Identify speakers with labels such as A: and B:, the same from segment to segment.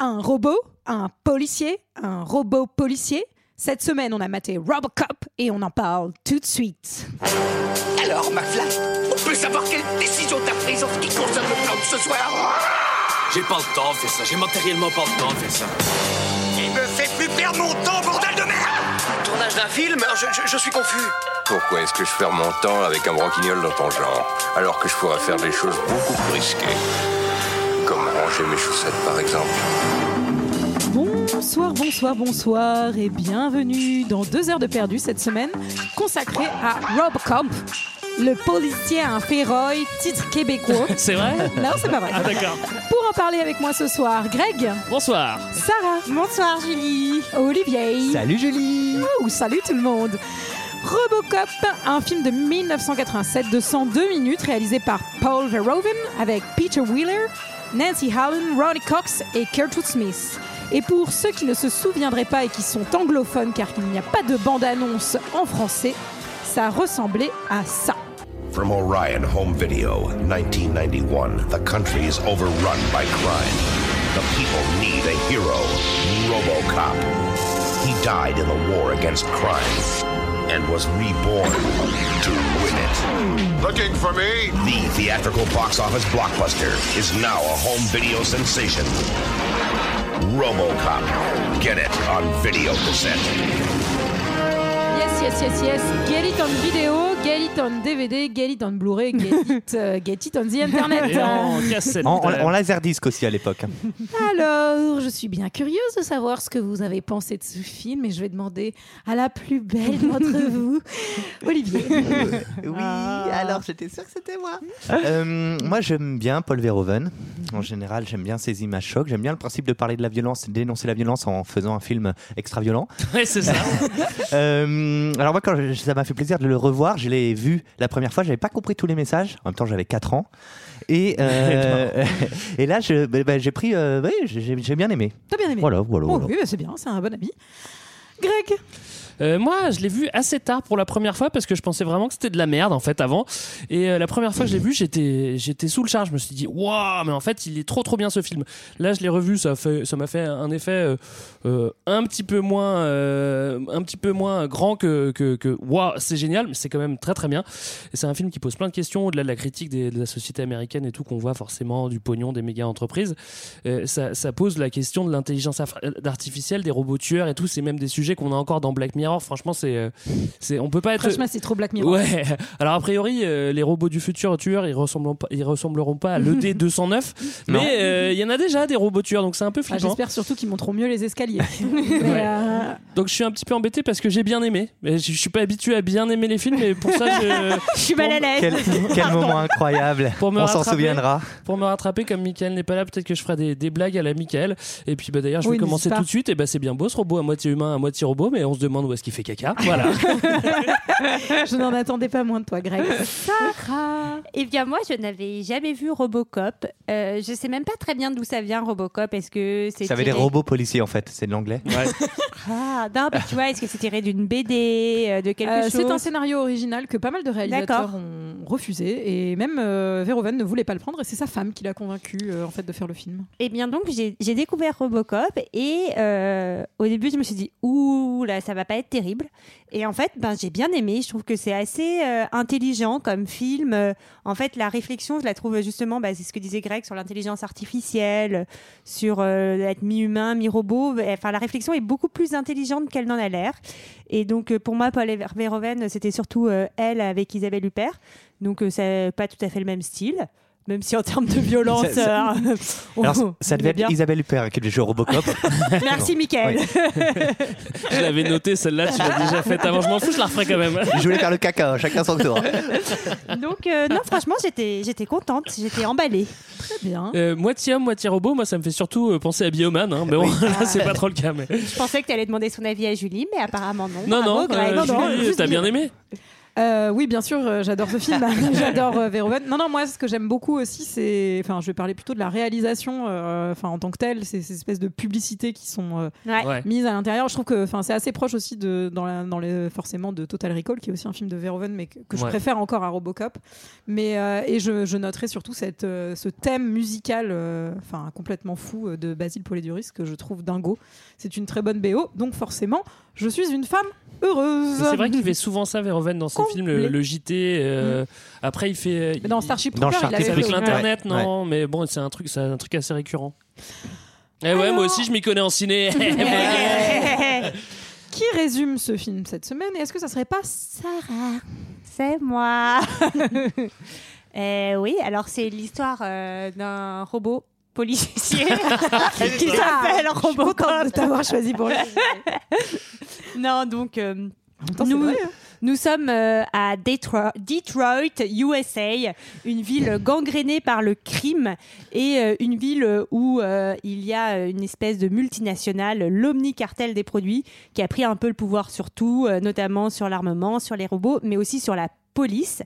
A: un robot, un policier, un robot policier. Cette semaine, on a maté Robocop et on en parle tout de suite.
B: Alors, McFly, on peut savoir quelle décision t'as prise en ce qui concerne le plan de ce soir
C: J'ai pas le temps de faire ça, j'ai matériellement pas le temps de faire ça.
B: Il me fait plus perdre mon temps, bordel de merde
D: Tournage d'un film je, je- je suis confus.
E: Pourquoi est-ce que je perds mon temps avec un broquignol dans ton genre, alors que je pourrais faire des choses beaucoup plus risquées Comme ranger mes chaussettes, par exemple.
A: Bonsoir, bonsoir, bonsoir et bienvenue dans deux heures de perdu cette semaine consacrée à Robocop, le policier à un féroï, titre québécois.
F: C'est vrai
A: Non, c'est pas vrai.
F: Ah d'accord.
A: Pour en parler avec moi ce soir, Greg,
F: Bonsoir.
A: Sarah, bonsoir Julie, Olivier,
G: Salut Julie
A: Ouh, salut tout le monde. Robocop, un film de 1987 de 102 minutes réalisé par Paul Verhoeven avec Peter Wheeler, Nancy Allen, Ronnie Cox et Kurtwood Smith. Et pour ceux qui ne se souviendraient pas et qui sont anglophones car il n'y a pas de bande-annonce en français, ça ressemblait à ça.
H: From Orion Home Video, 1991. The country is overrun by crime. The people need a hero, Robocop. He died in the war against crime and was reborn to win it. Looking for me? The theatrical box office blockbuster is now a home video sensation. Robocop. Get it on video cassette.
A: Yes, yes, yes, yes. Get it on vidéo, get it on DVD, get it on Blu-ray, get it, euh, get it on the Internet.
F: Et en cassette.
G: En, en,
F: euh,
G: en laserdisc aussi à l'époque.
A: Alors, je suis bien curieuse de savoir ce que vous avez pensé de ce film et je vais demander à la plus belle d'entre vous, Olivier.
G: Oui,
F: Ah.
G: alors j'étais sûr que c'était moi. Euh, moi j'aime bien Paul Verhoeven. En général, j'aime bien ses images chocs. J'aime bien le principe de parler de la violence, dénoncer la violence en faisant un film extra-violent.
F: ouais, c'est ça.
G: Euh, alors moi, quand je- ça m'a fait plaisir de le revoir, je l'ai vu la première fois, j'avais pas compris tous les messages. En même temps, j'avais 4 ans. Et, euh, et là, je- bah, bah, j'ai pris, euh, ouais, j'ai j'ai bien aimé.
A: T'as bien aimé
G: Voilà, voilà,
A: Oh
G: voilà.
A: oui, bah c'est bien, c'est un bon ami. Greg,
F: Euh, moi, je l'ai vu assez tard pour la première fois parce que je pensais vraiment que c'était de la merde en fait avant. Et euh, la première fois que je l'ai vu, j'étais j'étais sous le char. Je me suis dit waouh, mais en fait, il est trop trop bien ce film. Là, je l'ai revu, ça fait ça m'a fait un effet euh, euh, un petit peu moins euh, un petit peu moins grand que que, que waouh, c'est génial, mais c'est quand même très très bien. Et c'est un film qui pose plein de questions au-delà de la critique des- de la société américaine et tout qu'on voit forcément du pognon des méga entreprises. Euh, ça, ça pose la question de l'intelligence af- artificielle, des robots tueurs et tout. C'est même des sujets qu'on a encore dans Black Mirror. Franchement, c'est, euh, c'est, on peut pas être.
A: franchement, c'est trop Black Mirror.
F: Ouais. Alors a priori, euh, les robots du futur tueurs, ils ressembleront pas, ils ressembleront pas à l'ED 209,
G: Non.
F: mais euh, il y en a déjà des robots tueurs, donc c'est un peu
A: Ah,
F: flippant.
A: J'espère surtout qu'ils monteront mieux les escaliers. Mais,
F: Ouais.
A: euh,
F: donc je suis un petit peu embêté parce que j'ai bien aimé. Mais je, je suis pas habitué à bien aimer les films, mais pour ça, je,
A: je suis mal à l'aise.
G: Quel, quel moment incroyable.
F: Pour me
G: On s'en
F: rattraper.
G: souviendra.
F: pour me rattraper, comme Michael n'est pas là, peut-être que je ferai des, des blagues à la Michael. Et puis bah, d'ailleurs, je vais
A: Oui, n'hésite
F: commencer
A: pas.
F: tout de suite. Et bah, c'est bien beau ce robot à moitié humain, à moitié robot, mais on se demande où est-ce qu'il fait caca. Voilà.
A: Je n'en attendais pas moins de toi, Greg. Sarah.
I: Eh bien, moi, je n'avais jamais vu Robocop. Euh, je sais même pas très bien d'où ça vient, Robocop. Est-ce que c'est.
G: Ça avait des
I: tiré-
G: robots policiers en fait, c'est de l'anglais.
I: Ah, non, mais tu vois, est-ce que c'est tiré d'une BD, euh, de quelque
A: Euh,
I: chose
A: c'est un scénario original que pas mal de réalisateurs ont refusé et même euh, Verhoeven ne voulait pas le prendre et c'est sa femme qui l'a convaincu euh, en fait de faire le film.
I: Eh bien, donc, j'ai j'ai découvert Robocop et euh, au début, je me suis dit, ouh là, ça va pas être terrible. Et en fait, ben, j'ai bien aimé. Je trouve que c'est assez euh, intelligent comme film. Euh, en fait, la réflexion, je la trouve justement, bah, c'est ce que disait Greg sur l'intelligence artificielle, sur euh, être mi-humain, mi-robot. Enfin, la réflexion est beaucoup plus intelligente qu'elle n'en a l'air. Et donc, euh, pour moi, Paul Ver- Verhoeven, c'était surtout euh, elle avec Isabelle Huppert. Donc, euh, c'est pas tout à fait le même style. Même si en termes de violence,
G: Ça-
I: euh,
G: Alors,
I: on-
G: ça
I: on
G: devait
I: est
G: être
I: bien.
G: Isabelle Huppert qui le jeu Robocop.
I: Merci, Michael.
F: je l'avais noté, celle-là, tu l'as déjà faite avant. Je m'en fous, je la referai quand même.
G: Je voulais faire le caca, hein, chacun son tour.
I: Donc, euh, non, franchement, j'étais j'étais contente, j'étais emballée.
A: Très bien.
F: Euh, moitié homme, moitié robot, moi ça me fait surtout euh, penser à Bioman, hein, mais bon, là c'est pas trop le cas. Mais...
I: Je pensais que tu allais demander son avis à Julie, mais apparemment non.
F: Non, non,
I: Bravo, Greg.
F: euh, Julie, t'as bien aimé
A: Euh, oui, bien sûr, euh, j'adore ce film. j'adore euh, Verhoeven. Non, non, moi, ce que j'aime beaucoup aussi, c'est. Enfin, je vais parler plutôt de la réalisation euh, enfin, en tant que telle, ces, ces espèces de publicités qui sont euh,
I: Ouais.
F: Ouais.
A: mises à l'intérieur. Je trouve que enfin, c'est assez proche aussi, de, dans la- dans les, forcément, de Total Recall, qui est aussi un film de Verhoeven, mais que, que je
F: Ouais.
A: préfère encore à Robocop. Mais, euh, et je, je noterai surtout cette, euh, ce thème musical euh, enfin, complètement fou euh, de Basile Poliduris, que je trouve dingo. C'est une très bonne BO, donc forcément, je suis une femme heureuse.
F: Mais C'est vrai qu'il fait souvent ça, Verhoeven, dans ses films, le, le JT. euh, Après, il fait.
A: Mais Dans Starship
G: Dans
A: Trooper, il
G: Starship
A: avait
F: avec
A: fait-
G: Trooper.
F: l'internet,
G: Ouais.
F: non Mais bon, c'est un truc, c'est un truc assez récurrent. Eh ouais, moi aussi, je m'y connais en ciné.
A: Qui résume ce film cette semaine Et est-ce que ça serait pas Sarah
I: C'est moi. Euh, oui, alors c'est l'histoire euh, d'un robot policier qui s'appelle
A: Contente de
I: Robocop.
A: t'avoir choisi pour lui.
I: Non, donc euh,
A: En même temps, c'est
I: nous,
A: vrai, hein.
I: nous sommes euh, à Detro- Detroit, USA, une ville gangrénée par le crime et euh, une ville où euh, il y a une espèce de multinationale, l'omnicartel des produits, qui a pris un peu le pouvoir sur tout, euh, notamment sur l'armement, sur les robots, mais aussi sur la police.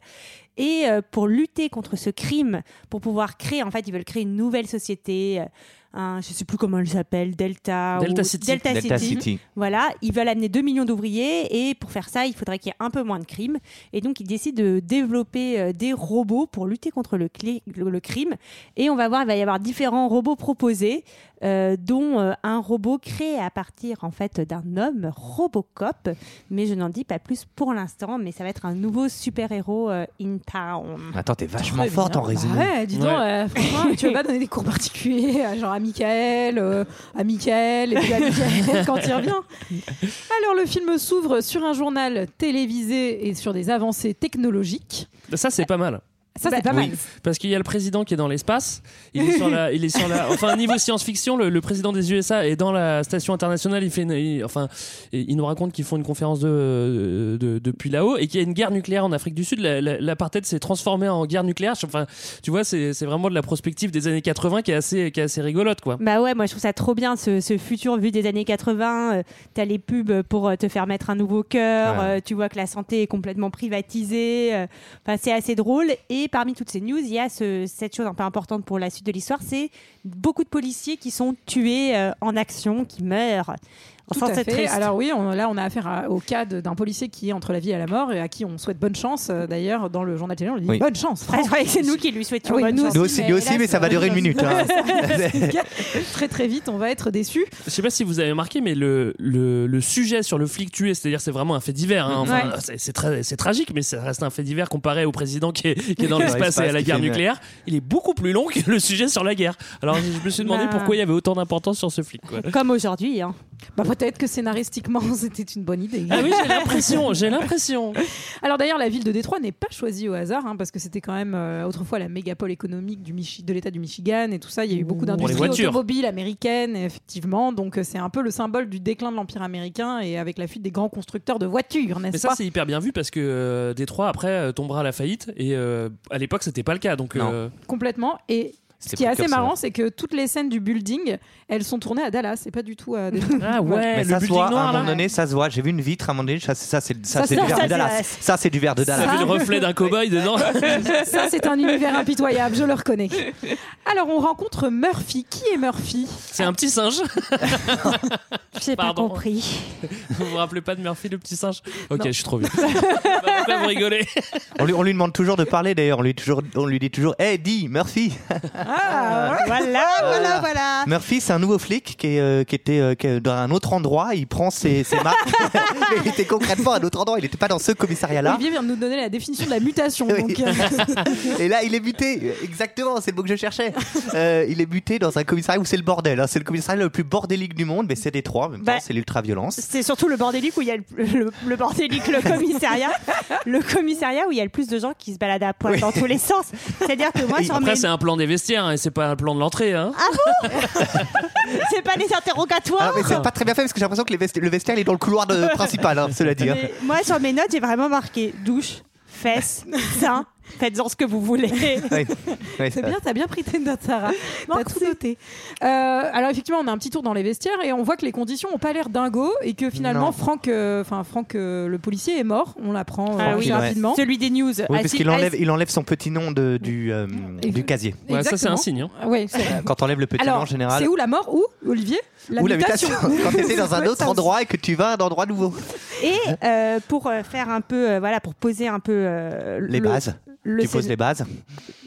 I: Et euh, pour lutter contre ce crime, pour pouvoir créer, en fait, ils veulent créer une nouvelle société, euh, un, je ne sais plus comment elle s'appelle, Delta,
F: Delta
I: ou-
F: City.
G: Delta City.
I: voilà, ils veulent amener 2 millions d'ouvriers et pour faire ça, il faudrait qu'il y ait un peu moins de crimes. Et donc, ils décident de développer euh, des robots pour lutter contre le, clé- le- le crime. Et on va voir, il va y avoir différents robots proposés, euh, dont euh, un robot créé à partir en fait d'un homme, Robocop. Mais je n'en dis pas plus pour l'instant, mais ça va être un nouveau super-héros euh, in town.
G: Attends, t'es vachement
A: Très
G: forte
A: bien.
G: en résumé.
A: Bah ouais, dis donc,
F: Ouais.
A: euh, franchement, tu veux pas donner des cours particuliers à, genre à Michael, euh, à Michael, et puis à Michael quand il revient. Alors, le film s'ouvre sur un journal télévisé et sur des avancées technologiques.
F: ça, c'est pas mal.
A: Ça, c'est pas mal.
F: Parce qu'il y a le président qui est dans l'espace. Il est sur la, il est sur la, enfin niveau science-fiction, le, le président des USA est dans la station internationale. Il fait, une- il- enfin, il nous raconte qu'ils font une conférence de, de- depuis là-haut et qu'il y a une guerre nucléaire en Afrique du Sud. La- la- L'apartheid s'est transformée en guerre nucléaire. Enfin, tu vois, c'est c'est vraiment de la prospective des années 80 qui est assez, qui est assez rigolote, quoi.
I: Bah ouais, moi je trouve ça trop bien ce, ce futur vu des années 80. euh, T'as les pubs pour euh, te faire mettre un nouveau cœur.
G: Ouais.
I: euh, tu vois que la santé est complètement privatisée. euh, Enfin, c'est assez drôle. Et parmi toutes ces news, il y a ce- cette chose un peu importante pour la suite de l'histoire, c'est beaucoup de policiers qui sont tués euh, en action, qui meurent.
A: Tout
I: Enfin,
A: à
I: c'est
A: fait.
I: triste.
A: Alors oui, on- là on a affaire à- au cas de- d'un policier qui est entre la vie et la mort et à qui on souhaite bonne chance. Euh, D'ailleurs, dans le journal télé, on lui dit
G: Oui.
A: bonne chance.
I: Ah,
A: Franck.
I: je croyais que c'est nous qui lui souhaitions
A: Ah oui,
I: bonne
A: nous
I: chance.
G: Nous aussi,
A: mais
G: nous aussi,
A: hélas,
G: mais ça va
A: euh,
G: durer une minute. hein.
A: très très vite, on va être déçus.
F: Je sais pas si vous avez remarqué, mais le, le, le sujet sur le flic tué, c'est-à-dire c'est vraiment un fait divers. hein. Enfin,
I: Ouais.
F: c'est- c'est tra- c'est tragique, mais ça reste un fait divers comparé au président qui est, qui est dans
G: Dans
F: l'espace et à
G: l'espace,
F: la
G: qui
F: guerre
G: fait une-
F: nucléaire. Il est beaucoup plus long que le sujet sur la guerre. Alors je je me suis demandé
I: Bah.
F: pourquoi il y avait autant d'importance sur ce flic. quoi.
I: Comme aujourd'hui. hein.
A: Bah, Peut-être que scénaristiquement c'était une bonne idée.
F: Ah oui, j'ai l'impression, j'ai l'impression.
A: Alors d'ailleurs, la ville de Détroit n'est pas choisie au hasard hein, parce que c'était quand même euh, autrefois la mégapole économique du Michi- de l'État du Michigan et tout ça. Il y a eu beaucoup d'industries
F: voitures.
A: automobiles américaines, effectivement. Donc euh, c'est un peu le symbole du déclin de l'empire américain et avec la fuite des grands constructeurs de voitures,
F: Mais
A: n'est-ce
F: ça,
A: pas
F: c'est hyper bien vu parce que euh, Détroit, après, euh, tombera à la faillite. Et euh, à l'époque, c'était pas le cas. Donc,
G: Non.
F: euh,
A: Complètement. Et ce
G: C'était
A: qui est assez
G: précurseur.
A: marrant, c'est que toutes les scènes du building, elles sont tournées à Dallas et pas du tout à Détroit.
F: ah ouais,
G: Mais
F: le
G: ça se
F: building
G: voit, à
F: noir
G: un
F: là.
G: moment donné, ça se voit. J'ai vu une vitre à un moment donné, ça, c'est- ça, c'est ça,
A: Ça,
G: c'est du
A: ça,
G: verre
I: ça,
G: de Dallas.
I: c'est-
G: Ça, c'est du verre de
F: Ça fait
G: Dallas.
F: le reflet d'un cow-boy dedans.
A: ça, c'est un univers impitoyable, je le reconnais. Alors, on rencontre Murphy. Qui est Murphy
F: C'est un petit singe.
I: J'ai pas
F: Pardon.
I: compris.
F: Vous vous rappelez pas de Murphy le petit singe Ok,
A: Non.
F: je suis trop vieux. Bah, Pourquoi vous rigolez
G: On lui, on lui demande toujours de parler d'ailleurs. On, lui toujours- on lui dit toujours Hey, dis, Murphy
A: Ah, ouais.
I: Voilà,
A: Ah,
I: voilà, voilà.
G: Murphy, c'est un nouveau flic qui, est, euh, qui était euh, qui est dans un autre endroit. Il prend ses, ses marques. Mais il était concrètement à un autre endroit. Il n'était pas dans ce commissariat-là.
A: Olivier vient de nous donner la définition de la mutation.
G: Oui.
A: donc, euh,
G: Et là, il est buté. Exactement, c'est le mot que je cherchais. Euh, il est buté dans un commissariat où c'est le bordel. hein. C'est le commissariat le plus bordélique du monde, mais c'est Détroit. En même temps,
I: Bah.
G: c'est l'ultra-violence.
I: C'est surtout le bordélique où il y a le, le- le bordélique, le commissariat, le commissariat où il y a le plus de gens qui se baladent à poil dans tous les sens. C'est-à-dire que moi,
G: Et
I: sur
F: Après,
I: mes-
F: c'est un plan des vestiaires hein, et c'est pas un plan de l'entrée. Hein.
I: c'est pas des interrogatoires.
G: Alors, Ah, mais c'est pas très bien fait parce que j'ai l'impression que les vesti- le vestiaire il est dans le couloir de- principal, hein, cela dit.
I: Mais moi, sur mes notes, j'ai vraiment marqué douche, fesses, seins, Faites-en ce que vous voulez. Ah
G: Ouais. Ouais,
A: C'est
G: ça-
A: bien, t'as bien pris tes notes, Sarah. T'as tout noté. Euh, alors effectivement, on a un petit tour dans les vestiaires et on voit que les conditions ont pas l'air dingo et que finalement,
G: Non.
A: Franck, euh, enfin Franck, euh, le policier est mort. On l'apprend euh,
I: Ah
A: assez
I: oui.
A: rapidement.
I: Celui des news.
G: Oui,
I: Ah,
G: parce
I: si-
G: qu'il
I: ah,
G: enlève, il enlève son petit nom de, du, euh, du casier.
F: Ouais, ça, c'est un
A: Exactement.
F: signe. hein.
A: Ouais, c'est-
G: Quand enlève le petit nom en
A: Alors,
G: général.
A: c'est où la mort Où, Olivier
G: Ou l'habitation. Quand tu dans un
A: Ouais,
G: autre
A: ça aussi.
G: endroit et que tu vas à un endroit nouveau.
I: Et euh, pour euh, faire un peu, euh, voilà, pour poser un peu euh,
G: Les
I: le-
G: bases.
I: le
G: tu poses
I: scén-
G: les bases.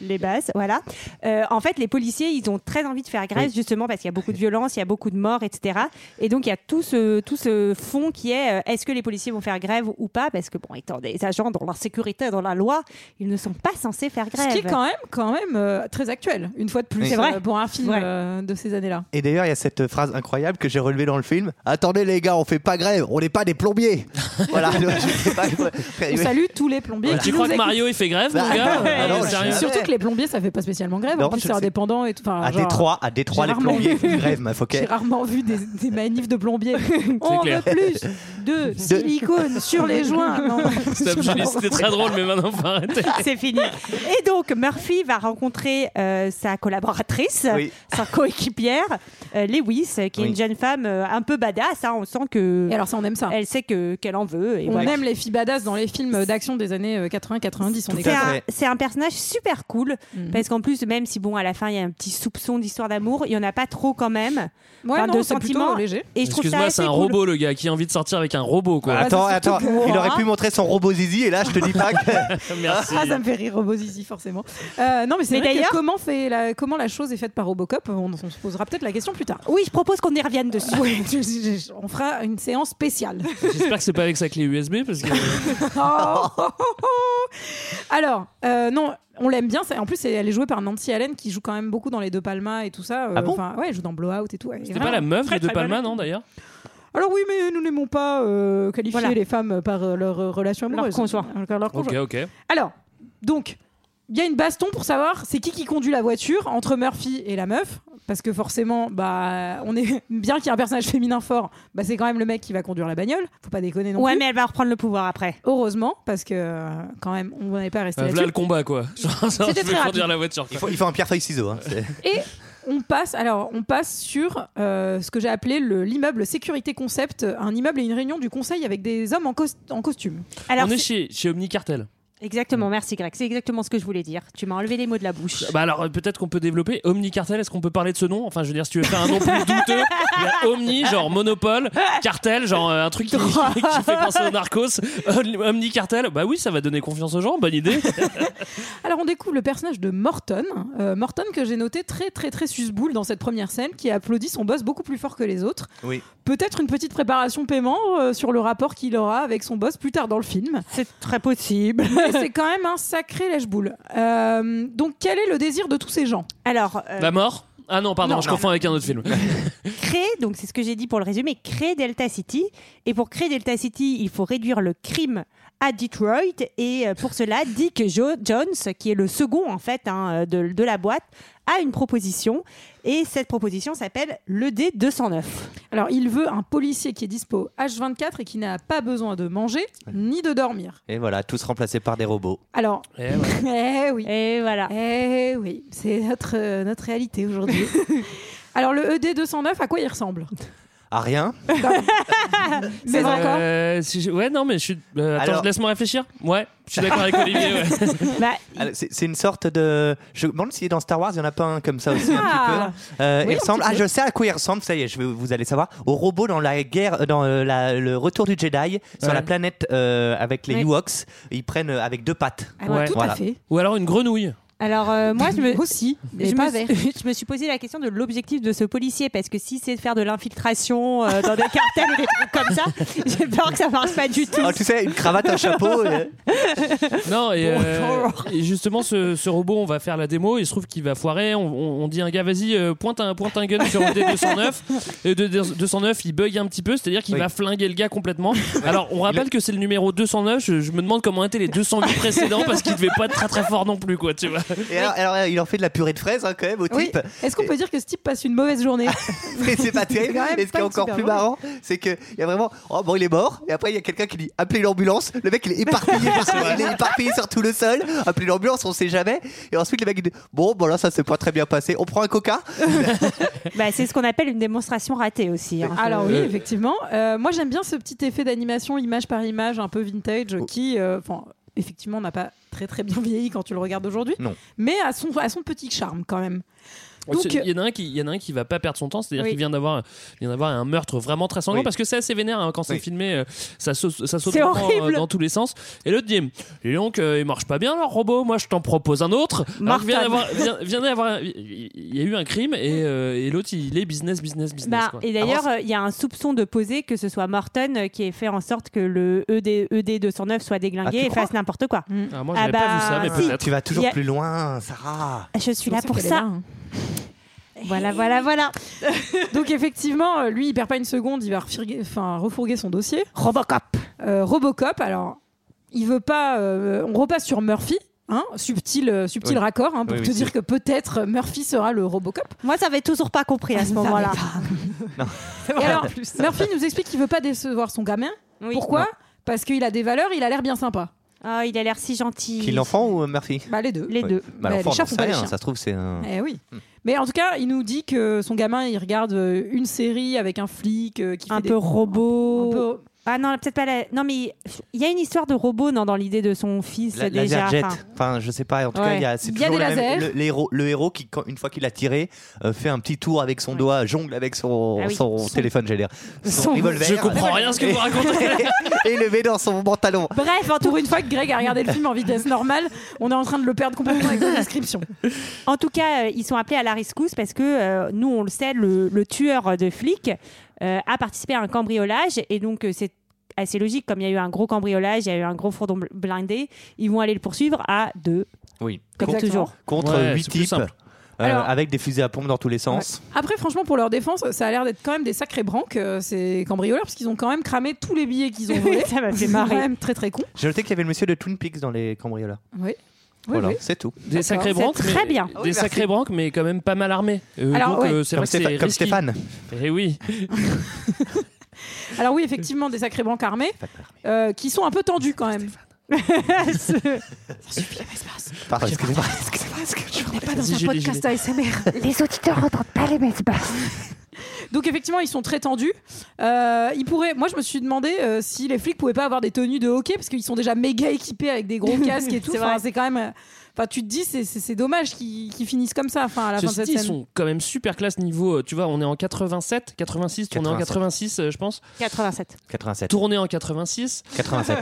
I: les bases, voilà. Euh, en fait, les policiers, ils ont très envie de faire grève justement parce qu'il y a beaucoup de violence, il y a beaucoup de morts, etc. Et donc il y a tout ce tout ce fond qui est euh, est-ce que les policiers vont faire grève ou pas Parce que bon, étant des agents dans leur sécurité, dans la loi, ils ne sont pas censés faire grève.
A: Ce qui est quand même, quand même euh, très actuel, une fois de plus,
G: Oui. C'est
I: vrai.
A: euh, pour un film
I: Ouais.
A: euh, de ces années-là.
G: Et d'ailleurs, il y a cette phrase incroyable que j'ai relevée dans le film. Attendez les gars, on fait pas grève, on n'est pas des plombiers. voilà. Je sais pas-
A: On salue tous les plombiers. qui
F: Tu
A: nous
F: crois que
A: écoutent.
F: Mario il fait grève, mon
G: Bah,
F: gars
G: bah,
F: Euh,
G: non,
F: sérieux
G: je-
A: Surtout que les plombiers, ça fait pas spécialement grève.
G: Non,
A: en plus,
G: je
A: c'est
G: sais.
A: indépendant et tout. Enfin,
G: À
A: genre,
G: Détroit, à Détroit, les
A: J'ai rarement
G: plombiers
A: vu.
G: font grève, ma foquet.
A: J'ai rarement vu des, des manifs de plombiers. On
F: clair.
A: veut plus de silicone sur les joints. Non.
F: Stop, Julie, C'était très drôle, mais maintenant, faut arrêter.
I: C'est fini. Et donc, Murphy va rencontrer euh, sa collaboratrice,
G: Oui.
I: sa coéquipière, euh, Lewis, euh, qui est
G: Oui.
I: une jeune femme euh, un peu badass. hein. on sent que
A: Et alors, ça, on aime ça.
I: elle sait que qu'elle en veut. Et
A: On
I: Eh, voilà.
A: aime les filles badass dans les films d'action des années 80-90. On est comme
I: C'est
A: ça.
I: un,
G: fait.
I: c'est un personnage super cool parce qu'en plus même si bon à la fin il y a un petit soupçon d'histoire d'amour il y en a pas trop quand même
A: Ouais,
I: Enfin,
A: non,
I: de
A: c'est plutôt
I: sentiments.
A: léger.
I: et je trouve ça
F: Excuse-moi,
I: assez
F: c'est un
I: cool.
F: robot, le gars, qui a envie de sortir avec un robot, quoi.
G: Attends,
A: c'est
G: attends,
A: surtout que-
G: il aurait pu montrer son robot zizi et là, je te dis pas que.
F: Merci.
A: Ah, ça me fait rire, Robo Zizi, forcément. Euh, non, mais c'est
I: Mais
A: vrai que
I: d'ailleurs-
A: comment, fait la, comment la chose est faite par Robocop, on, on se posera peut-être la question plus tard.
I: oui je propose qu'on y revienne dessus
A: on fera une séance spéciale.
F: J'espère que c'est pas avec sa clé USB, parce que.
A: Oh. Alors, euh, non, on l'aime bien. ça- En plus, elle est jouée par Nancy Allen qui joue quand même beaucoup dans les deux Palmas et tout ça. euh,
G: Ah bon
A: enfin, ouais, elle joue dans Blowout et tout. elle est
F: C'était pas
A: vraiment-
F: la meuf
A: très,
F: de
A: très
F: Palma,
A: bonne.
F: non, d'ailleurs
A: Alors oui, mais nous n'aimons pas euh, qualifier
I: Voilà.
A: les femmes par euh, leur euh, relation
I: Leur
A: amoureuse.
I: conjoint.
A: Leur- leur
F: Ok,
A: conjoint.
F: ok.
A: Alors, donc, il y a une baston pour savoir c'est qui qui conduit la voiture entre Murphy et la meuf. Parce que forcément, bah, on est bien qu'il y ait un personnage féminin fort, bah, c'est quand même le mec qui va conduire la bagnole. Faut pas déconner non
I: ouais
A: plus.
I: mais elle va reprendre le pouvoir après
A: Heureusement, parce que euh, quand même, on n'avait pas resté
F: Euh, Voilà
A: là-dessus.
F: le combat, quoi. Genre, genre, je
A: C'était
F: vais
A: très
F: conduire
A: rapide.
F: la voiture. quoi.
G: Il faut, il faut un pierre-feuille-ciseau. hein. C'est-
A: Et on passe, alors, on passe sur euh, ce que j'ai appelé le- l'immeuble sécurité concept, euh, un immeuble et une réunion du conseil avec des hommes en, cos- en costume.
I: alors
F: On est
I: c'est-
F: chez, chez Omnicartel.
I: exactement merci Greg c'est exactement ce que je voulais dire tu m'as enlevé les mots de la bouche
F: Bah alors euh, peut-être qu'on peut développer Omnicartel. Est-ce qu'on peut parler de ce nom Enfin, je veux dire, si tu veux faire un nom plus douteux, il y a Omni, genre monopole, cartel, genre euh, un truc qui, qui fait penser aux narcos. Om- Omnicartel, bah oui, ça va donner confiance aux gens. Bonne idée.
A: Alors on découvre le personnage de Morton, euh, Morton que j'ai noté très très très susboule dans cette première scène, qui applaudit son boss beaucoup plus fort que les autres.
G: Oui.
A: Peut-être une petite préparation paiement euh, sur le rapport qu'il aura avec son boss plus tard dans le film.
I: c'est très possible
A: Mais c'est quand même un sacré lèche-boule. Euh, donc quel est le désir de tous ces gens
I: alors euh,
F: La mort. Ah non, pardon,
A: Non,
F: je
A: non.
F: confonds avec un autre film.
I: créer, donc c'est ce que j'ai dit pour le résumer, créer Delta City. Et pour créer Delta City, il faut réduire le crime à Detroit. Et euh, pour cela, Dick Jo- Jones, qui est le second en fait hein, de, de la boîte, a une proposition. Et cette proposition s'appelle le D209.
A: Alors il veut un policier qui est dispo H24 et qui n'a pas besoin de manger ni de dormir.
G: Et voilà, tous remplacés par des robots.
A: Alors,
F: Eh ouais.
A: eh oui.
I: Et voilà.
A: Eh oui, c'est notre, euh, notre réalité aujourd'hui. Alors le E ED209, à quoi il ressemble
G: À rien.
A: Mais encore
F: Euh, si je- Ouais, non, mais je suis. euh, attends,
G: Alors-
F: je- laisse-moi réfléchir. Ouais, je suis d'accord avec Olivier. ouais.
I: Bah,
A: Ah,
G: Alors, C'est c'est une sorte de. Je me demande si dans Star Wars, il y en a pas un comme ça aussi. un
A: Ah.
G: petit peu. Euh,
A: Oui,
G: il
A: un
G: ressemble.
A: petit
G: Ah,
A: peu.
G: je sais à quoi il ressemble. Ça y est, je vais, vous allez savoir. Au robot dans la guerre, euh, dans euh, la- le retour du Jedi sur
F: Ouais.
G: la planète euh, avec les
I: Ouais.
G: Ewoks. Ils prennent euh, avec deux pattes.
A: Ah bah,
F: Ouais.
A: Tout
G: Voilà.
A: à fait.
F: Ou alors une grenouille.
I: alors euh, moi, je me...
A: Aussi, mais
I: je
A: pas
I: me,
A: vert.
I: suis, je me suis posé la question de l'objectif de ce policier parce que si c'est de faire de l'infiltration euh, dans des cartels ou des trucs comme ça, j'ai peur que ça marche pas du tout.
A: Ah,
G: Oh, tu sais, une cravate, un chapeau. euh.
F: Non, et, euh, et justement, ce, ce robot, on va faire la démo. Il se trouve qu'il va foirer. On, on- on dit à un gars, vas-y, euh, pointe, un, pointe un gun sur le D209. Et le D209, il bug un petit peu, c'est-à-dire qu'il
G: Oui.
F: va flinguer le gars complètement. Alors, on rappelle que c'est le numéro 209. Je, je me demande comment étaient les 208 précédents parce qu'il devait pas être très très fort non plus, quoi, tu vois.
G: Et alors, alors, il en fait de la purée de fraises hein, quand même au
A: Oui.
G: type.
A: Est-ce qu'on peut dire que ce type passe une mauvaise journée
G: Mais Ah, c'est pas terrible.
A: quand même
G: Et ce qui
A: pas
G: est
A: une
G: encore
A: super
G: plus
A: journée.
G: marrant, c'est qu'il y a vraiment. Oh bon, il est mort. Et après, il y a quelqu'un qui dit appelez l'ambulance. Le mec, il est éparpillé, par- il est éparpillé sur tout le sol. Appelez l'ambulance, on sait jamais. Et ensuite, le mec, il dit bon, bon là, ça s'est pas très bien passé. On prend un coca.
I: Bah, c'est ce qu'on appelle une démonstration ratée aussi. hein.
A: Alors oui, effectivement. Euh, moi, j'aime bien ce petit effet d'animation image par image, un peu vintage,
G: Oh.
A: qui, euh, enfin, effectivement, n'a pas très très bien vieilli quand tu le regardes aujourd'hui,
G: Non.
A: mais à son, à son petit charme quand même. Donc,
I: euh,
F: il y en a un qui, il y en a un qui va pas perdre son temps, c'est-à-dire
A: Oui.
F: qu'il vient d'avoir, il vient d'avoir un meurtre vraiment très sanglant
G: Oui.
F: parce que c'est assez vénère hein, quand c'est
G: Oui.
F: filmé, euh, ça saute, ça saute
A: C'est
F: vraiment, euh,
A: horrible.
F: dans tous les sens. Et l'autre dit, et donc euh, il marche pas bien leur robot, moi je t'en propose un autre. Alors qu'il vient
I: Mortal.
F: d'avoir, vient, vient d'avoir, il il y a eu un crime et, euh, et l'autre il est business, business, business.
I: Bah,
F: quoi. Ah,
I: et d'ailleurs, euh, il y a un soupçon de poser que ce soit Morton euh, qui ait fait en sorte que le E ED, 209 soit
G: Ah,
I: déglingué
G: tu
I: et fasse n'importe quoi.
F: Ah, moi
I: Ah
F: j'avais pas
I: bah,
F: vu ça, mais
I: si.
F: peut-être.
G: Tu vas toujours
I: Il y a-
G: plus loin, Sarah.
I: Ah, Je suis
A: c'est
I: là pour
A: qu'elle est
I: ça.
A: là, hein.
I: Voilà, voilà, voilà.
A: Donc effectivement, euh, lui, il perd pas une seconde, il va refourguer, enfin, refourguer son dossier.
I: Robocop.
A: Euh, Robocop, alors, il veut pas. euh, on repasse sur Murphy. Hein, subtil euh, subtil
G: Oui.
A: raccord hein, pour
G: Oui,
A: te
G: oui,
A: dire
G: c'est-
A: que peut-être euh, Murphy sera le Robocop.
I: Moi, ça avait toujours pas compris à ce moment-là.
A: Et alors, Murphy nous explique qu'il veut pas décevoir son gamin.
I: Oui.
A: Pourquoi Parce qu'il a des valeurs, il a l'air bien sympa.
I: Ah, il a l'air si gentil.
G: Qui l'enfant ou euh, Murphy
A: Bah, les deux.
I: Les
G: Ouais.
I: deux.
G: Bah,
A: Bah,
G: l'enfant,
A: les chats
G: on
A: font
G: sait
A: pas les
G: rien,
A: chiens.
G: ça Hmm. se trouve, c'est un.
A: Eh oui. Mais en tout cas, il nous dit que son gamin, il regarde euh, une série avec un flic euh, qui
I: Un
A: fait
I: peu
A: des...
I: robot.
A: un peu-
I: Ah non, peut-être pas la... Non, mais il y a une histoire de robot non, dans l'idée de son fils
G: La,
I: déjà.
G: laser jet.
I: Enfin,
G: Enfin, je sais pas. En tout
A: Ouais.
G: cas, il y a, c'est
A: Il y a
G: toujours
A: des
G: le, même-
A: lasers.
G: le- l'héros- le héros qui, quand- une fois qu'il a tiré, euh, fait un petit tour avec son doigt, jongle avec son,
I: Ah oui.
G: son, téléphone, j'allais dire.
A: Son-
G: revolver.
F: Je comprends rien à ce que
G: Et-
F: vous racontez.
G: et le met dans son pantalon.
A: Bref, hein, pour une fois que Greg a regardé le film en vitesse normale, on est en train de le perdre complètement avec la description.
I: En tout cas, euh, ils sont appelés à la rescousse parce que euh, nous, on le sait, le, le tueur de flics euh, a participé à un cambriolage et donc euh, c'est assez logique. Comme il y a eu un gros cambriolage, il y a eu un gros fourdon bl- blindé, ils vont aller le poursuivre à deux,
G: Oui.
I: comme
A: Exactement.
I: toujours.
G: Contre
F: Ouais,
G: 8
F: c'est plus
G: types.
F: simple.
G: euh,
A: Alors-
G: avec des fusées à pompe dans tous les sens.
A: Après, franchement, pour leur défense, ça a l'air d'être quand même des sacrés branques, euh, ces cambrioleurs, parce qu'ils ont quand même cramé tous les billets qu'ils ont volés.
I: Ça m'a fait
A: C'est
I: marrer.
A: quand même très très con.
G: J'ai noté qu'il y avait le monsieur de Twin Peaks dans les cambrioleurs.
A: Oui. Oui,
G: voilà,
A: oui.
G: c'est tout.
F: Des sacrés branques,
I: c'est très
F: mais-
I: bien.
F: Des
G: Ah oui, merci.
F: sacrés branques, mais quand même pas mal armés. Euh,
A: Alors,
F: donc,
A: ouais.
F: euh, c'est
G: Comme,
F: vrai que
G: Stépha-
F: c'est
G: comme
F: risqué.
G: Stéphane.
F: Eh oui.
A: Alors oui, effectivement, des sacrés banques armés euh, qui sont un peu tendus quand même. ça suffit, la baisse-basse.
F: Ah,
G: Pardon, excusez-moi.
A: On n'est pas dans
F: Vas-y,
A: un
F: Julie,
A: podcast ASMR.
J: Les auditeurs n'entendent pas les messes basses.
A: Donc effectivement, ils sont très tendus. Euh, ils pourraient. Moi, je me suis demandé euh, si les flics pouvaient pas avoir des tenues de hockey parce qu'ils sont déjà méga équipés avec des gros casques et tout.
I: C'est
A: Enfin,
I: vrai.
A: c'est quand même. euh, Enfin, tu te dis, c'est- c'est c'est dommage qu'ils qu'ils finissent comme ça. Enfin, à la fin de
F: Ceci
A: cette
F: dit, ils
A: scène.
F: sont quand même super classe niveau. euh, Tu vois, on est en 87, 86, tourné en 86, euh, je pense.
I: 87.
G: 87.
F: Tourné en 86,
G: 87.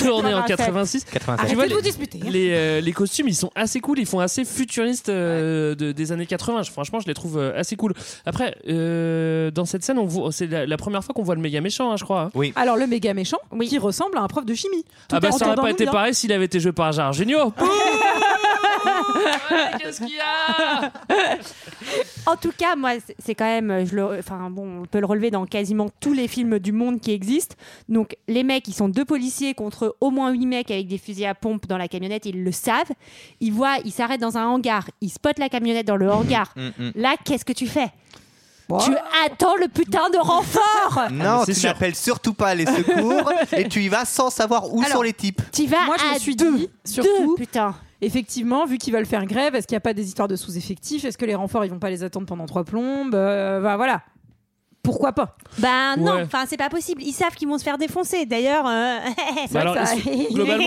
F: tourné en 86. Tu
A: Arrêtez
F: vois,
A: de vous disputer. hein.
F: Les, euh, les costumes, ils sont assez cool, ils font assez futuristes euh, de- des années 80. Je- Franchement, je les trouve euh, assez cool. Après, euh, dans cette scène, on voit- c'est la, la première fois qu'on voit le méga méchant, hein, je crois. hein.
A: Alors le méga méchant, qui ressemble à un prof de chimie.
F: Ah bah, ça
A: n'aurait
F: aurait pas été pareil s'il avait été joué par Gérard Junior. Qu'est-ce qu'il y a
I: En tout cas, moi, c'est- c'est quand même, euh, je le, enfin bon, on peut le relever dans quasiment tous les films du monde qui existent. Donc, les mecs, ils sont deux policiers contre au moins huit mecs avec des fusils à pompe dans la camionnette. Ils le savent. Ils voient, ils s'arrêtent dans un hangar. Ils spotent la camionnette dans le hangar. Là, qu'est-ce que tu fais
A: Oh.
I: Tu attends le putain de renfort.
G: Non,
F: c'est
G: tu
F: sûr.
G: n'appelles surtout pas les secours et tu y vas sans savoir où
A: Alors,
G: sont les types.
I: tu vas
A: Moi, je
I: à
A: me suis
I: deux,
A: dit,
I: deux,
A: surtout,
I: putain.
A: effectivement, vu qu'ils veulent faire grève, est-ce qu'il n'y a pas des histoires de sous-effectifs Est-ce que les renforts, ils vont pas les attendre pendant trois plombes Euh, bah, Voilà. Pourquoi pas
I: Ben non,
F: Ouais.
I: enfin c'est pas possible. Ils savent qu'ils vont se faire défoncer. D'ailleurs, euh,
F: Bah alors,
A: ça-
F: ils sont- globalement,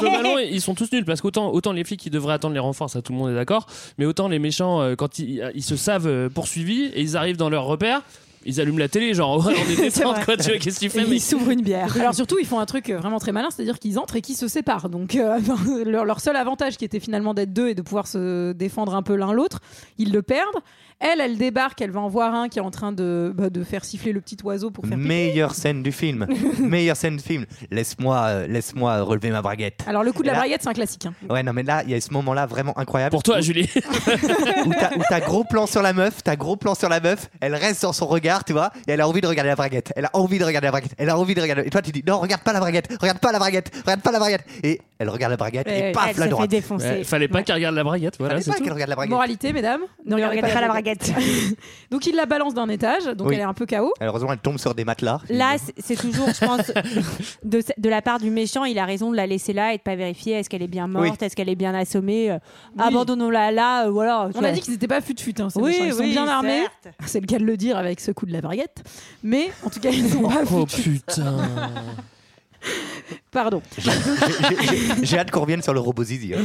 F: globalement, ils sont tous nuls parce qu'autant autant les flics qui devraient attendre les renforts, ça tout le monde est d'accord, mais autant les méchants, euh, quand ils, ils se savent euh, poursuivis et ils arrivent dans leur repère, ils allument la télé, genre ouais, on est détente, quoi, tu vois, qu'est-ce que tu fais,
A: Et
F: mec
A: ils s'ouvrent une bière. Alors surtout, ils font un truc euh, vraiment très malin, c'est-à-dire qu'ils entrent et qu'ils se séparent. Donc euh, leur, leur seul avantage, qui était finalement d'être deux et de pouvoir se défendre un peu l'un l'autre, ils le perdent. Elle, elle débarque, elle va en voir un qui est en train de, bah, de faire siffler le petit oiseau pour faire.
G: Meilleure scène du film. Meilleure scène du film. Laisse-moi euh, laisse-moi relever ma braguette.
A: Alors le coup de la
G: Et là-
A: braguette, c'est un classique. hein.
G: Ouais, non, mais là, il y a ce moment-là vraiment incroyable.
F: Pour toi, Julie.
G: où t'as où t'as gros plan sur la meuf, t'as gros plan sur la meuf, elle reste sur son regard poignard, tu vois, et elle a envie de regarder la braguette. Elle a envie de regarder la braguette. Elle a envie de regarder. Et toi, tu dis non, regarde pas la braguette, regarde pas la braguette, regarde pas la braguette. Et elle regarde la braguette et
I: Ouais,
G: paf, la
I: elle se fait
G: droite.
I: défoncer.
F: Ouais, fallait pas qu'elle regarde la braguette, voilà,
G: Fallait
F: c'est
G: pas
F: tout.
G: qu'elle regarde la braguette.
A: Moralité, mesdames, ne
I: Ne
A: regardez pas
I: regarde pas la braguette.
A: Donc il la balance d'un étage, donc
G: Oui.
A: elle est un peu KO.
G: Alors, heureusement, elle tombe sur des matelas.
I: Là, c'est- c'est toujours, je pense, de, sa- de la part du méchant, il a raison de la laisser là et de pas vérifier est-ce qu'elle est bien morte, est-ce qu'elle est bien assommée. euh, Abandonnons-la là, euh, voilà.
A: On a dit qu'ils n'étaient pas fut fut, hein, ces
I: Oui,
A: méchants. ils sont
I: oui,
A: bien armés.
I: certes.
A: C'est le cas de le dire avec ce coup de la braguette. Mais en tout cas, ils sont pas
F: Oh
A: fut-fut.
F: putain.
A: Pardon.
G: J'ai- j'ai- J'ai hâte qu'on revienne sur le robot Zizi. hein.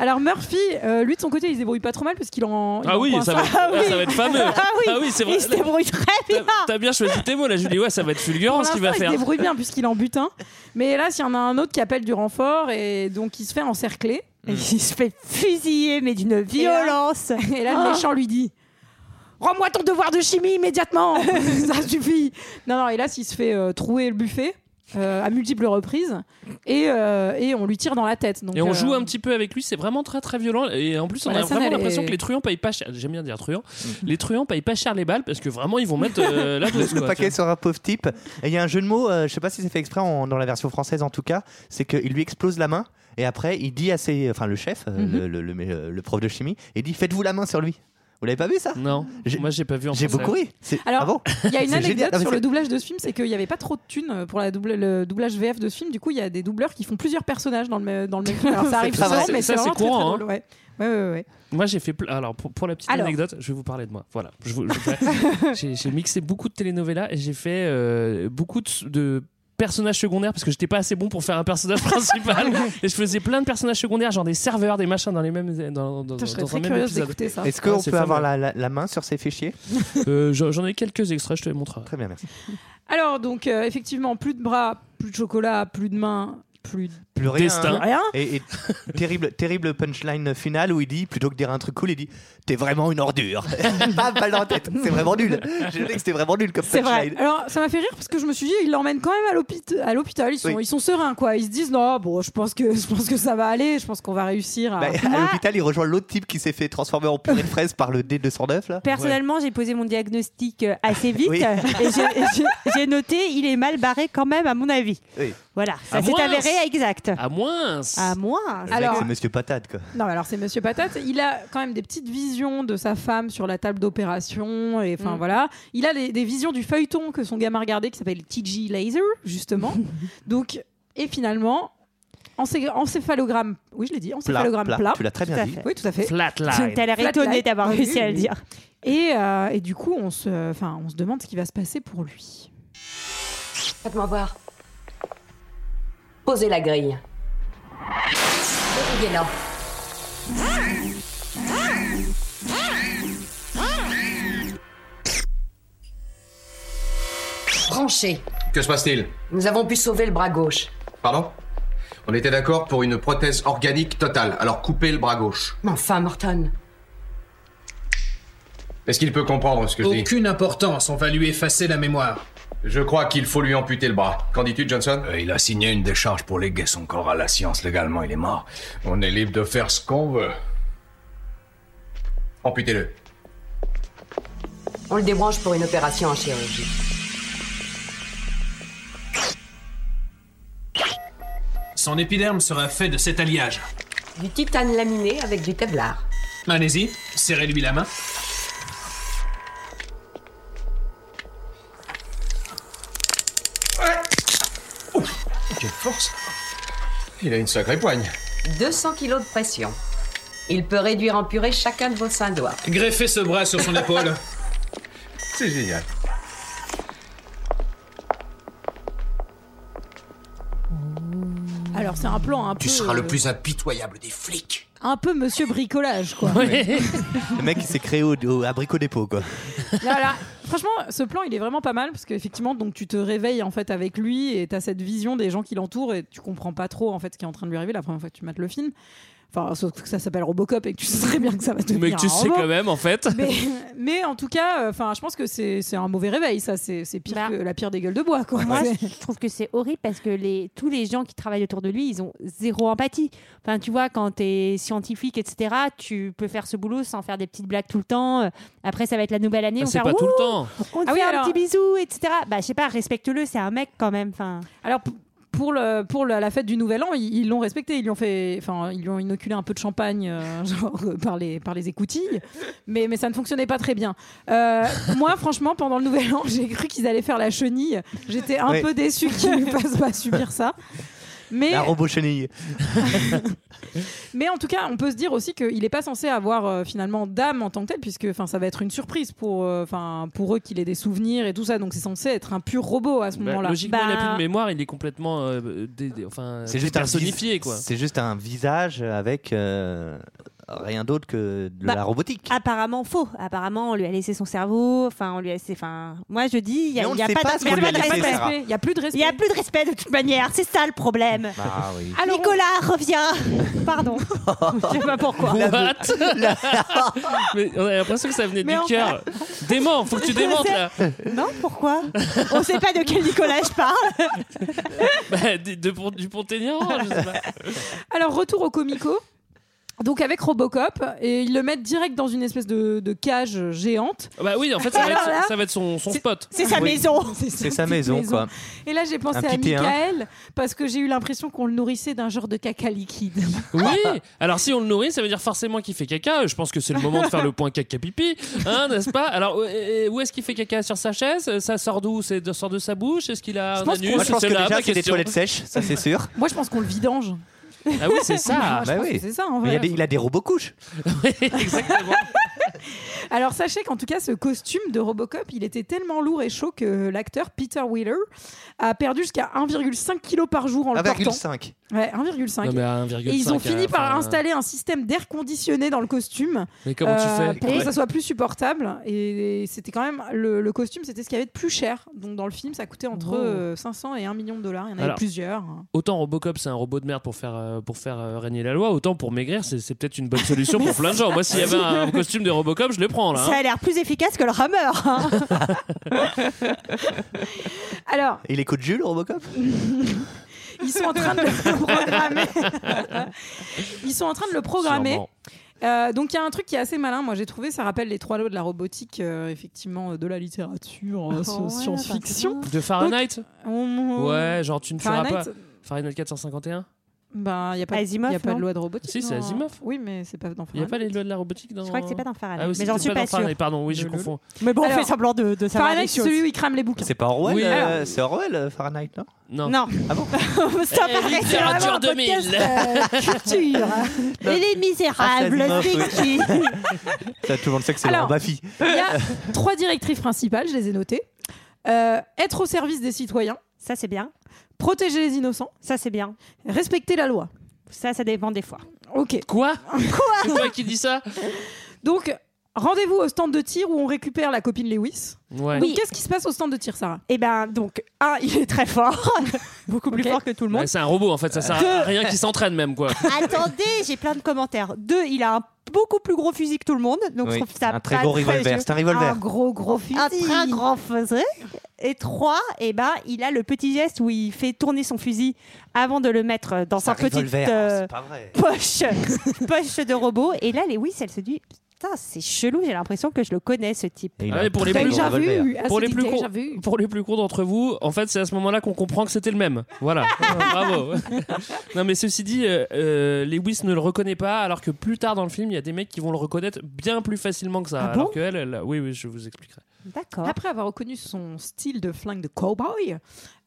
A: Alors Murphy, euh, lui de son côté, il se débrouille pas trop mal parce qu'il en. il
F: Ah
A: en
F: oui,
A: prend
F: ça
A: un
F: va,
A: sort.
F: être, ah, ça va être fameux.
I: Ah oui,
F: c'est vrai.
I: il se débrouille très bien.
F: T'as- T'as bien choisi tes mots là, Julie. Ouais, ça va être fulgurant
A: Pour
F: ce qu'il va
A: l'instant, il
F: faire.
A: se débrouille bien puisqu'il en bute un. Mais là, s'il y en a un autre qui appelle du renfort et donc il se fait encercler.
F: Mm.
I: Il se fait fusiller, mais d'une violence.
A: Et là, le méchant lui dit Rends-moi ton devoir de chimie immédiatement Ça suffit Non, non, hélas, il se fait euh, trouer le buffet euh, à multiples reprises et, euh, et on lui tire dans la tête. Donc,
F: Et on
A: euh,
F: joue un petit peu avec lui, c'est vraiment très très violent. Et en plus, on
A: Voilà,
F: a
A: ça,
F: vraiment
A: elle est- Mm.
F: l'impression que les truands payent pas cher. J'aime bien dire truands. Les truands payent pas cher les balles parce que vraiment, ils vont mettre euh, la dose.
G: Le
F: quoi,
G: paquet sur un pauvre type. Et il y a un jeu de mots, euh, je sais pas si c'est fait exprès en- dans la version française en tout cas, c'est qu'il lui explose la main et après il dit à ses. Enfin, le chef, euh,
I: Mm-hmm.
A: Mhm.
G: le, le- le- le prof de chimie, il dit Faites-vous la main sur lui. Vous l'avez pas vu ça
F: tu vois. Non,
G: J'ai-
F: moi j'ai pas vu en
G: J'ai
F: français.
G: beaucoup ri. C'est-
A: Alors,
G: ah bon
A: Il y a une
G: C'est génial.
A: anecdote
G: Non, mais
A: sur
G: c'est-
A: le doublage de ce film, c'est qu'il n'y avait pas trop de thunes euh, pour la double- le doublage VF de ce film. Du coup, il y a des doubleurs qui font plusieurs personnages dans le, me- dans le même film. Alors,
G: C'est
A: ça arrive
G: très
A: souvent,
G: vrai.
A: mais
F: Ça,
A: c'est
F: c'est
A: vraiment très, très
F: courant, hein.
A: drôle. Ouais. Ouais, ouais, ouais.
F: Moi j'ai fait. ple- Alors pour, pour la petite
A: Alors.
F: anecdote, je vais vous parler de moi. Voilà. Je vous- je- j'ai j'ai mixé beaucoup de telenovelas et j'ai fait euh, beaucoup de. de personnages secondaires parce que j'étais pas assez bon pour faire un personnage principal et je faisais plein de personnages secondaires genre des serveurs des machins dans les mêmes dans, dans,
A: Putain, je serais
F: dans un
A: très
F: même
A: curieuse
F: épisode
A: d'écouter ça.
G: Est-ce qu'on
F: Ah, c'est
G: peut avoir
F: fameux.
G: la, la- la main sur ces fichiers
F: Euh, j'en j'en ai quelques extraits je te les montrerai
G: Très bien, merci.
A: Alors, donc, euh, effectivement, plus de bras, plus de chocolat, plus de mains, plus de
G: Plus rien.
F: Destin.
A: rien.
G: Et, et terrible, terrible punchline finale où il dit, plutôt que de dire un truc cool, il dit T'es vraiment une ordure. Bam, balle dans la tête. C'est vraiment nul. J'ai dit que c'était vraiment nul comme
A: C'est vrai.
G: punchline.
A: Alors, ça m'a fait rire parce que je me suis dit, ils l'emmènent quand même à l'hôpit- à l'hôpital. Ils sont,
G: Oui.
A: ils sont sereins, quoi. Ils se disent, non, bon, je pense que, je pense que ça va aller. Je pense qu'on va réussir. À...
G: Bah, à l'hôpital, il rejoint l'autre type qui s'est fait transformer en purée de fraises par le D209. Là.
I: Personnellement, j'ai posé mon diagnostic euh, assez vite
G: Oui.
I: et j'ai- et j'ai- j'ai noté il est mal barré quand même, à mon avis.
G: Oui.
I: Voilà, ça
F: À
I: s'est
F: moins.
I: avéré exact.
F: à moins
I: À moins.
G: Le mec,
A: Alors-
G: c'est Monsieur Patate. Quoi.
A: Non, mais alors c'est Monsieur Patate. Il a quand même des petites visions de sa femme sur la table d'opération. Et enfin,
I: Mm.
A: voilà. Il a des, des visions du feuilleton que son gamin regardait qui s'appelle TG Laser, justement. Donc, et finalement, encé- encéphalogramme. Oui, je l'ai dit,
G: Plat,
A: encéphalogramme plat.
G: plat. Tu l'as très
I: Tout
G: bien
I: à
G: dit.
I: fait.
A: Oui, tout à fait.
I: Tu
F: Flatline.
I: as Ah, l'air
A: Flatline.
I: étonné d'avoir
A: Oui,
I: réussi à
A: oui.
I: le dire.
A: Et, euh, et du coup, on se, enfin, on se demande ce qui va se passer pour lui.
K: Faites-moi voir. Posez la grille. Dérouillez-la. Branchez.
B: Que se passe-t-il
K: Nous avons pu sauver le bras gauche.
B: Pardon On était d'accord pour une prothèse organique totale, alors coupez le bras gauche.
K: Mais enfin, Morton.
B: Est-ce qu'il peut comprendre ce que je dis
L: Aucune importance, on va lui effacer la mémoire.
B: Je crois qu'il faut lui amputer le bras. Qu'en dis-tu, Johnson
L: Euh, il a signé une décharge pour léguer son corps à la science. Légalement, il est mort.
B: On est libre de faire ce qu'on veut. Amputez-le.
K: On le débranche pour une opération en chirurgie.
L: Son épiderme sera fait de cet alliage.
K: Du titane laminé avec du Kevlar.
L: Allez-y, serrez-lui la main.
B: Quelle force Il a une sacrée poigne.
K: 200 kilos de pression. Il peut réduire en purée chacun de vos cinq doigts.
L: Greffez ce bras sur son épaule.
B: C'est génial.
A: Alors, c'est un plan un peu. euh,
B: Tu seras le plus impitoyable des flics.
A: Un peu Monsieur Bricolage, quoi.
G: Le mec, il s'est créé au, au abricot dépôt. Quoi.
A: Là, là, franchement, ce plan, il est vraiment pas mal parce qu'effectivement, donc tu te réveilles en fait avec lui et t'as cette vision des gens qui l'entourent et tu comprends pas trop en fait ce qui est en train de lui arriver la première fois que tu mates le film. Enfin, sauf que ça s'appelle Robocop et que tu sais très bien que ça va devenir.
F: Mais tu
A: un
F: sais
A: robot.
F: quand même, en fait.
A: Mais, mais en tout cas, euh, enfin, je pense que c'est c'est un mauvais réveil, ça. C'est c'est pire que la pire des gueules de bois, quoi.
I: Moi,
A: C'est-
I: je trouve que c'est horrible parce que les, tous les gens qui travaillent autour de lui, ils ont zéro empathie. Enfin, tu vois, quand tu es scientifique, etc., tu peux faire ce boulot sans faire des petites blagues tout le temps. Euh, Après, ça va être la nouvelle année.
F: Ah,
I: on
F: c'est
I: fait
F: pas tout le
I: Wouh
F: temps.
I: On te
A: Ah oui,
I: fait
A: alors-
I: un petit bisou, etc. Bah, je sais pas, respecte-le, c'est un mec quand même. Enfin,
A: Alors p- pour le pour la, la fête du Nouvel An, ils ils l'ont respecté, ils lui ont fait, enfin, ils lui ont inoculé un peu de champagne, euh, genre euh, par les par les écoutilles, mais mais ça ne fonctionnait pas très bien. Euh, moi, franchement, pendant le Nouvel An, j'ai cru qu'ils allaient faire la chenille. J'étais un
G: Ouais.
A: peu déçue qu'ils ne fassent pas subir ça. Mais
G: La robot chenille.
A: mais en tout cas, on peut se dire aussi qu'il n'est pas censé avoir euh, finalement d'âme en tant que tel, puisque enfin ça va être une surprise pour euh, enfin pour eux qu'il ait des souvenirs et tout ça, donc c'est censé être un pur robot à ce
F: Bah,
A: moment-là.
F: logiquement, il a plus de mémoire, il est complètement euh, dé- dé- enfin,
G: C'est juste un
F: personnifié,
G: vis-
F: quoi.
G: C'est juste un visage avec euh, rien d'autre que de
I: Bah,
G: la robotique.
I: apparemment faux. Apparemment, on lui a laissé son cerveau. Enfin, on lui a laissé. Enfin, moi, je dis, il y a,
G: Mais on
I: il y a
G: ne sait
I: pas,
G: pas
I: de-
G: ce
I: il y a
G: qu'on lui
I: pas
G: a
I: de
G: laissé,
I: respect.
G: Sarah.
A: Il n'y a plus de respect.
I: Il y a plus de respect de toute manière. C'est ça le problème.
G: Ah oui.
A: Alors, on-
I: Nicolas, reviens. Pardon. je sais pas pourquoi.
F: What Mais on a l'impression que ça venait
I: Mais
F: du
I: en
F: cœur. Dément, faut que tu démentes là.
I: Non, pourquoi On sait pas de quel Nicolas je parle.
F: Bah, des- de Pont- du pont je sais pas.
A: Alors, retour au Comico. Donc avec Robocop, et ils le mettent direct dans une espèce de, de cage géante.
F: Bah oui, en fait, ça va
A: Alors là-
F: être, ça va être son, son spot.
I: C'est sa
G: Oui.
I: maison.
G: C'est sa maison, quoi.
A: Et là, j'ai pensé
G: Un
A: à
G: petit T1.
A: Michael, parce que j'ai eu l'impression qu'on le nourrissait d'un genre de caca liquide.
F: Oui. Alors si on le nourrit, ça veut dire forcément qu'il fait caca. Je pense que c'est le moment de faire le point caca pipi, hein, n'est-ce pas Alors euh, euh, où est-ce qu'il fait caca sur sa chaise Ça sort d'où C'est de- sort de sa bouche Est-ce qu'il a un
A: pense
F: anus
G: Moi, je pense que
F: C'est là,
G: déjà,
F: ma
G: c'est des
F: question.
G: toilettes sèches, ça c'est sûr.
A: Moi, je pense qu'on le vidange.
F: Ah oui, c'est ça.
A: Moi, je
G: bah
A: pense
G: oui.
A: que c'est ça, en
G: Mais il,
A: vrai.
G: y a des, il a des robots couches.
F: Oui, Exactement.
A: Alors sachez qu'en tout cas, ce costume de Robocop, il était tellement lourd et chaud que l'acteur Peter Wheeler a perdu jusqu'à 1,5 kg par jour en le portant.
G: 1,5.
A: Ouais, 1,5.
F: Non, mais à 1,5,
A: Et ils ont
F: euh,
A: fini par
F: enfin,
A: installer un système d'air conditionné dans le costume.
F: Mais comment
A: Euh,
F: tu
A: Pour
F: fais
A: que ça soit plus supportable. Et c'était quand même. Le, le costume, c'était ce qu'il y avait de plus cher. Donc dans le film, ça coûtait entre
F: Wow.
A: euh, 500 et 1 million de dollars. Il y en avait
F: Alors.
A: plusieurs. hein.
F: Autant Robocop, c'est un robot de merde pour faire, euh, pour faire euh, régner la loi, autant pour maigrir, c'est c'est peut-être une bonne solution pour plein de gens. Moi, s'il y avait un costume de Robocop, je le prends là.
I: Ça
F: hein.
I: a l'air plus efficace que le hammer. hein.
A: Alors,
G: Et les coups de Jules, Robocop
A: ils sont en train de le programmer. ils sont en train de le programmer.
F: Sûrement.
A: Euh, donc il y a un truc qui est assez malin, moi j'ai trouvé, ça rappelle les trois lots de la robotique, euh, effectivement, euh, de la littérature, euh,
I: Oh, ouais,
A: science-fiction.
F: De Fahrenheit
A: On-
F: Ouais, genre tu ne feras
A: Fahrenheit,
F: pas. Fahrenheit 451
A: ben il n'y a pas,
I: Asimov,
A: y a pas de
I: non
A: loi de robotique.
F: Si, c'est
A: non.
F: Asimov.
A: Oui, mais c'est pas Hein. dans
F: Il n'y a
A: Fahrenheit.
F: pas les lois de la robotique dans.
I: Je crois que c'est pas dans Fahrenheit.
F: Ah oui,
I: mais
F: c'était
I: j'en suis pas, sûre.
F: Fahrenheit, pardon, oui, je
A: Le- le-
F: confonds.
I: Mais bon, on
A: Alors,
I: fait semblant de, de savoir
A: Fahrenheit,
I: des choses.
A: celui où il crame les bouquins.
G: C'est pas Orwell
F: Oui,
G: euh,
A: alors-
G: C'est Orwell, euh, Fahrenheit, non
F: Non.
I: Non.
G: Ah bon
I: Ça
F: Eh,
I: paraît
F: littérature
I: vraiment un
F: 2000.
I: podcast, euh, culture. Et les misérables,
G: Ah, c'est
I: c'est qui
G: Ça, tout le monde sait que c'est
A: Alors-
G: Laurent Baffy.
A: Il y a trois directrices principales, je les ai notées. Euh, être au service des citoyens,
I: Ça, c'est bien.
A: protéger les innocents,
I: Ça, c'est bien.
A: respecter la loi.
I: Ça, ça dépend des fois.
A: Ok.
F: Quoi C'est toi qui dis ça
A: Donc, rendez-vous au stand de tir où on récupère la copine Lewis.
F: Ouais.
A: Donc, qu'est-ce qui se passe au stand de tir, Sarah
I: Et ben, donc, un, il est très fort. Beaucoup plus
A: Ok.
I: fort que tout le monde.
F: Ouais, c'est un robot en fait, ça sert
I: Euh.
F: à rien qu'il s'entraîne même quoi.
I: Attendez, j'ai plein de commentaires. Deux, il a un beaucoup plus gros fusil que tout le monde. Donc,
G: Oui,
I: je trouve ça
G: un très
I: pas
G: gros
I: très Ah,
G: revolver.
I: juste.
G: C'est un revolver.
A: Un gros, Ah, gros fusil.
I: Un très grand fusil. Et trois, eh ben, il a le petit geste où il fait tourner son fusil avant de le mettre dans sa
G: un
I: petite
G: revolver. Oh,
I: euh,
G: C'est pas
F: Ah,
G: vrai.
I: poche, poche de robot. Et là, Lewis, elle se dit Putain, c'est chelou, j'ai l'impression que je le connais, ce type.
G: Et il
F: Ah
G: a
F: oui, pour les
G: un très
F: plus-
G: gros
A: Déjà
G: revolver.
A: vu. ah,
F: Pour les plus
A: cons.
F: cons. Pour les plus courts d'entre vous, en fait, c'est à ce moment-là qu'on comprend que c'était le même. Voilà. Bravo. non, mais ceci dit, euh, euh, Lewis ne le reconnaît pas, alors que plus tard dans le film, il y a des mecs qui vont le reconnaître bien plus facilement que ça.
I: Ah bon
F: alors que elle, elle- oui, oui, je vous expliquerai.
I: D'accord.
A: Après avoir reconnu son style de flingue de cowboy,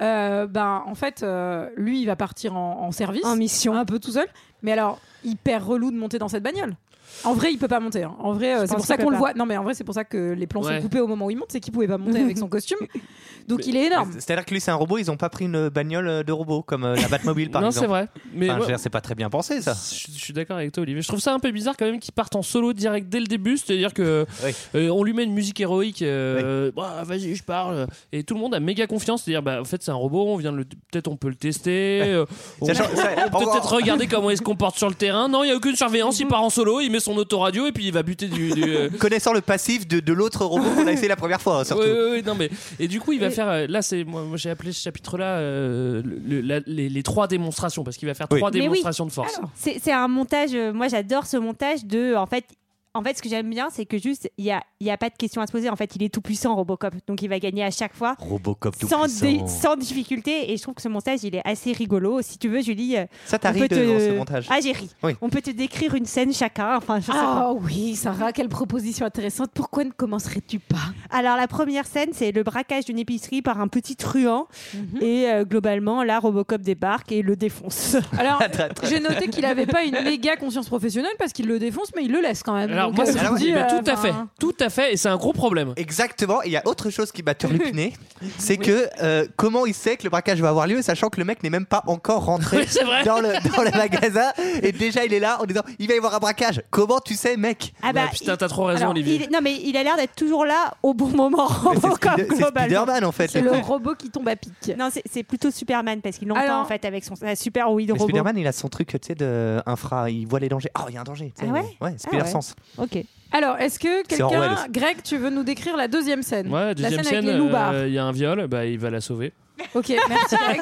A: euh, ben en fait, euh, lui, il va partir en, en service,
I: En mission.
A: un peu tout seul. Mais alors, hyper relou de monter dans cette bagnole. En vrai, il peut pas monter. hein. En vrai, euh, c'est
I: pense
A: pour ça
I: qu'il
A: qu'on
I: peut
A: le
I: pas.
A: voit. Non, mais en vrai, c'est pour ça que les plans
F: Ouais.
A: sont coupés au moment où il monte, c'est qu'il pouvait pas monter avec son costume. Donc il est énorme.
G: C'est-à-dire que lui, c'est un robot, ils n'ont pas pris une bagnole euh, de robot comme euh, la Batmobile par
F: Non,
G: exemple.
F: c'est vrai. Mais
G: Enfin, je
F: moi-
G: veux dire, c'est pas très bien pensé ça.
F: Je, je suis d'accord avec toi, Olivier. Je trouve ça un peu bizarre quand même qu'ils partent en solo direct dès le début, c'est-à-dire que euh, on lui met une musique héroïque, euh, Bah, vas-y, je parle, et tout le monde a méga confiance, c'est-à-dire bah en fait c'est un robot, on vient de le, peut-être on peut le tester, euh, on,
G: Sachant-
F: on
G: ça-
F: peut
G: encore-
F: peut-être regarder comment il se comporte sur le terrain. Non, il y a aucune surveillance, il part en solo, il met son autoradio et puis il va buter du. du, euh,
G: Connaissant le passif de, de l'autre robot qu'on a essayé la première fois, hein, surtout.
F: Ouais, ouais, ouais, non, mais et du coup il va faire euh, là c'est moi, moi, j'ai appelé ce euh, chapitre là les, les trois démonstrations parce qu'il va faire
G: Oui.
F: trois
I: Mais oui.
F: démonstrations de force.
I: C'est c'est un montage. euh, moi, j'adore ce montage de. En fait, en fait, ce que j'aime bien, c'est que juste, il n'y a, il y a pas de question à se poser. En fait, il est tout puissant, Robocop. Donc, il va gagner à chaque fois.
G: Robocop tout
I: sans,
G: puissant.
I: dé- sans difficulté. Et je trouve que ce montage, il est assez rigolo. Si tu veux, Julie. euh,
G: Ça
I: on
G: t'arrive
I: peut
G: de- dans ce montage
I: Ah, j'ai ri.
G: Oui.
I: On peut te décrire une scène chacun. Enfin, je sais
A: Ah
I: pas.
A: oui, Sarah, quelle proposition intéressante. Pourquoi ne commencerais-tu pas
I: Alors, la première scène, c'est le braquage d'une épicerie par un petit truand. Et euh, globalement, là, Robocop débarque et le défonce.
A: Alors, j'ai noté qu'il n'avait pas une méga conscience professionnelle parce qu'il le défonce, mais il le laisse quand même.
F: Alors
A: Donc,
F: moi
A: euh,
F: c'est
A: je me dis,
F: eh ben,
A: euh,
F: tout à fait,
A: enfin,
F: tout à fait et c'est un gros problème.
G: Exactement, et il y a autre chose qui m'a turlupiné, c'est que euh, comment il sait que le braquage va avoir lieu, sachant que le mec n'est même pas encore rentré
F: Oui, c'est vrai.
G: dans, le, dans le magasin, et déjà il est là en disant il va y avoir un braquage. Comment tu sais, mec
I: Ah bah,
F: putain, t'as trop raison,
I: Alors,
F: Olivier.
I: il- Non, mais il a l'air d'être toujours là au bon moment. Robocop,
G: Spider- c'est
I: Oh, globalement.
G: Spider-Man, en fait.
A: C'est le robot qui tombe à pic.
I: Non, c'est- c'est plutôt Superman parce qu'il l'entend
A: Alors-
I: en fait avec son sa super oui de
G: Mais
I: robot.
G: Spider-Man, il a son truc, tu sais, de infra, il voit les dangers. Ah, il y a un danger. tu sais.
I: Ah ouais
G: Ouais, c'est
I: Ah
G: Peter
I: ouais.
G: Sens.
I: Ok.
A: Alors, est-ce que
G: Orwell
A: quelqu'un,
G: aussi.
A: Greg, tu veux nous décrire la deuxième scène
F: Ouais, deuxième
A: La scène,
F: scène,
A: avec les
F: euh,
A: loupards.
F: il y a un viol, bah, il va la sauver.
A: Ok, merci Greg.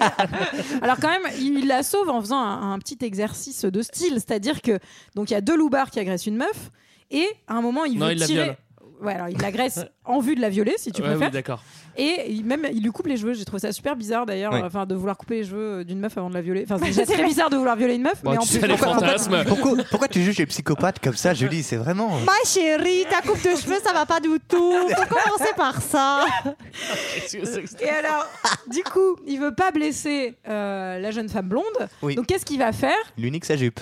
A: Alors quand même, il la sauve en faisant un, un petit exercice de style, c'est-à-dire que donc il y a deux loupards qui agressent une meuf et à un moment il
F: Non,
A: veut
F: il la
A: tirer.
F: viole.
A: Ouais, alors il l'agresse en vue de la violer, si tu
F: Ouais,
A: préfères.
F: oui, d'accord.
A: et il, même il lui coupe les cheveux. J'ai trouvé ça super bizarre d'ailleurs,
G: Ouais.
A: enfin de vouloir couper les cheveux euh, d'une meuf avant de la violer. Enfin c'est déjà très bizarre de vouloir violer une meuf,
F: Bon,
A: mais en
F: Oh, tu
A: plus
F: sais, les
A: pourquoi-
F: fantasmes.
G: Pourquoi, pourquoi tu juges les psychopathes comme ça, Julie C'est vraiment. euh,
I: Ma chérie, ta coupe de cheveux, ça va pas du tout. Faut commencer par ça.
A: Et alors, du coup, il veut pas blesser euh, la jeune femme blonde.
G: Oui.
A: Donc qu'est-ce qu'il va faire
G: L'unique sa jupe.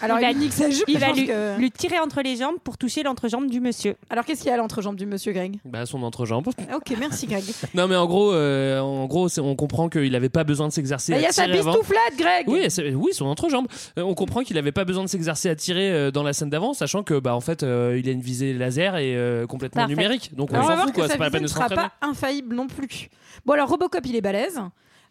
A: Alors il,
I: va-
A: nique sa jupe,
I: il
A: je
I: va
A: pense
I: lui,
A: que-
I: lui tirer entre les jambes pour toucher l'entrejambe du monsieur.
A: Alors qu'est-ce qu'il y a à l'entrejambe du monsieur Greg
F: Bah, son entrejambe.
A: Ah, Ok, merci Greg. Bah,
F: Non, mais en gros, euh, en gros c'est- on comprend qu'il n'avait pas besoin de s'exercer
A: Bah, Il y
F: à
A: a sa
F: tirer avant.
A: bistouflade, Greg
F: Oui, c'est- oui, son entrejambe. Euh, on comprend qu'il n'avait pas besoin de s'exercer à tirer euh, dans la scène d'avant, sachant que bah en fait euh, il a une visée laser et euh, complètement
I: Parfait.
F: numérique. Donc
A: Alors,
F: on
A: on va
F: s'en
A: voir
F: fout
A: que
F: quoi,
A: sa
F: c'est pas la
A: visée
F: peine
A: ne
F: de se
A: sera
F: rentraîner.
A: pas infaillible non plus. Bon, alors Robocop, il est balèze.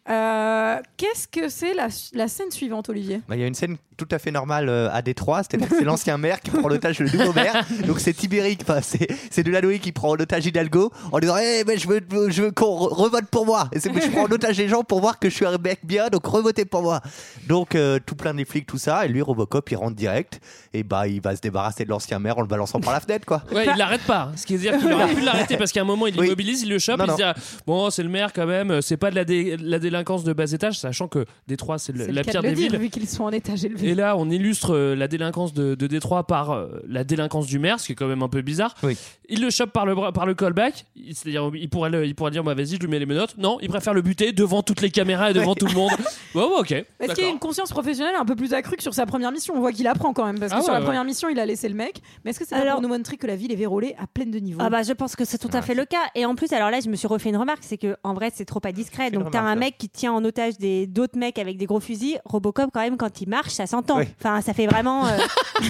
A: Euh, Qu'est-ce que c'est la, la scène suivante, Olivier
G: Bah, Il y a une scène tout à fait normale euh, à Détroit, c'est-à-dire que c'est l'ancien maire qui prend l'otage le nouveau maire. Donc c'est Tibérique, enfin, c'est c'est de l'Aloé qui prend l'otage Hidalgo en lui disant Eh, mais je veux, je veux qu'on re- revote pour moi. Et c'est que je prends en otage les gens pour voir que je suis un mec bien, donc revotez pour moi. Donc euh, tout plein des flics, tout ça. Et lui, Robocop, il rentre direct. Et bah il va se débarrasser de l'ancien maire en le balançant par la fenêtre, quoi.
F: Ouais, il l'arrête pas. Ce qui veut dire qu'il aurait pu l'arrêter parce qu'à un moment, il
G: Oui.
F: l'immobilise, il le chope,
G: Non,
F: il se
G: non.
F: dit ah, Bon, c'est le maire quand même, c'est pas de la, dé- de la délinquance de bas étage, sachant que Détroit, c'est le-
A: C'est le
F: la
A: cas
F: pire
A: de le
F: des
A: dire,
F: villes.
A: vu qu'ils sont en étage élevé.
F: Et là, on illustre euh, la délinquance de, de Détroit par euh, la délinquance du maire, ce qui est quand même un peu bizarre.
G: Oui.
F: Il le chope par le, bras- par le callback, il- c'est-à-dire il pourrait, le- il pourrait dire bah, Vas-y, je lui mets les menottes. Non, il préfère le buter devant toutes les caméras et devant tout le monde. Bon, bon, ok.
A: Est-ce qu'il y a
F: d'accord.
A: une conscience professionnelle un peu plus accrue que sur sa première mission On voit qu'il apprend quand même, parce que
F: Ah
A: sur
F: ouais,
A: la première mission, il a laissé le mec. Mais est-ce que c'est pas
I: Alors-
A: pour nous montrer que la ville est vérolée à pleine de niveaux
I: Ah bah je pense que c'est tout à fait le cas. Et en plus, alors là, je me suis refait une remarque, c'est que en vrai, c'est trop pas discret.
G: Ah, une
I: Donc t'as un
G: remarque, là.
I: mec qui tient en otage des d'autres mecs avec des gros fusils. Robocop quand même, quand il marche, ça s'entend.
G: Oui.
I: Enfin, ça fait vraiment euh,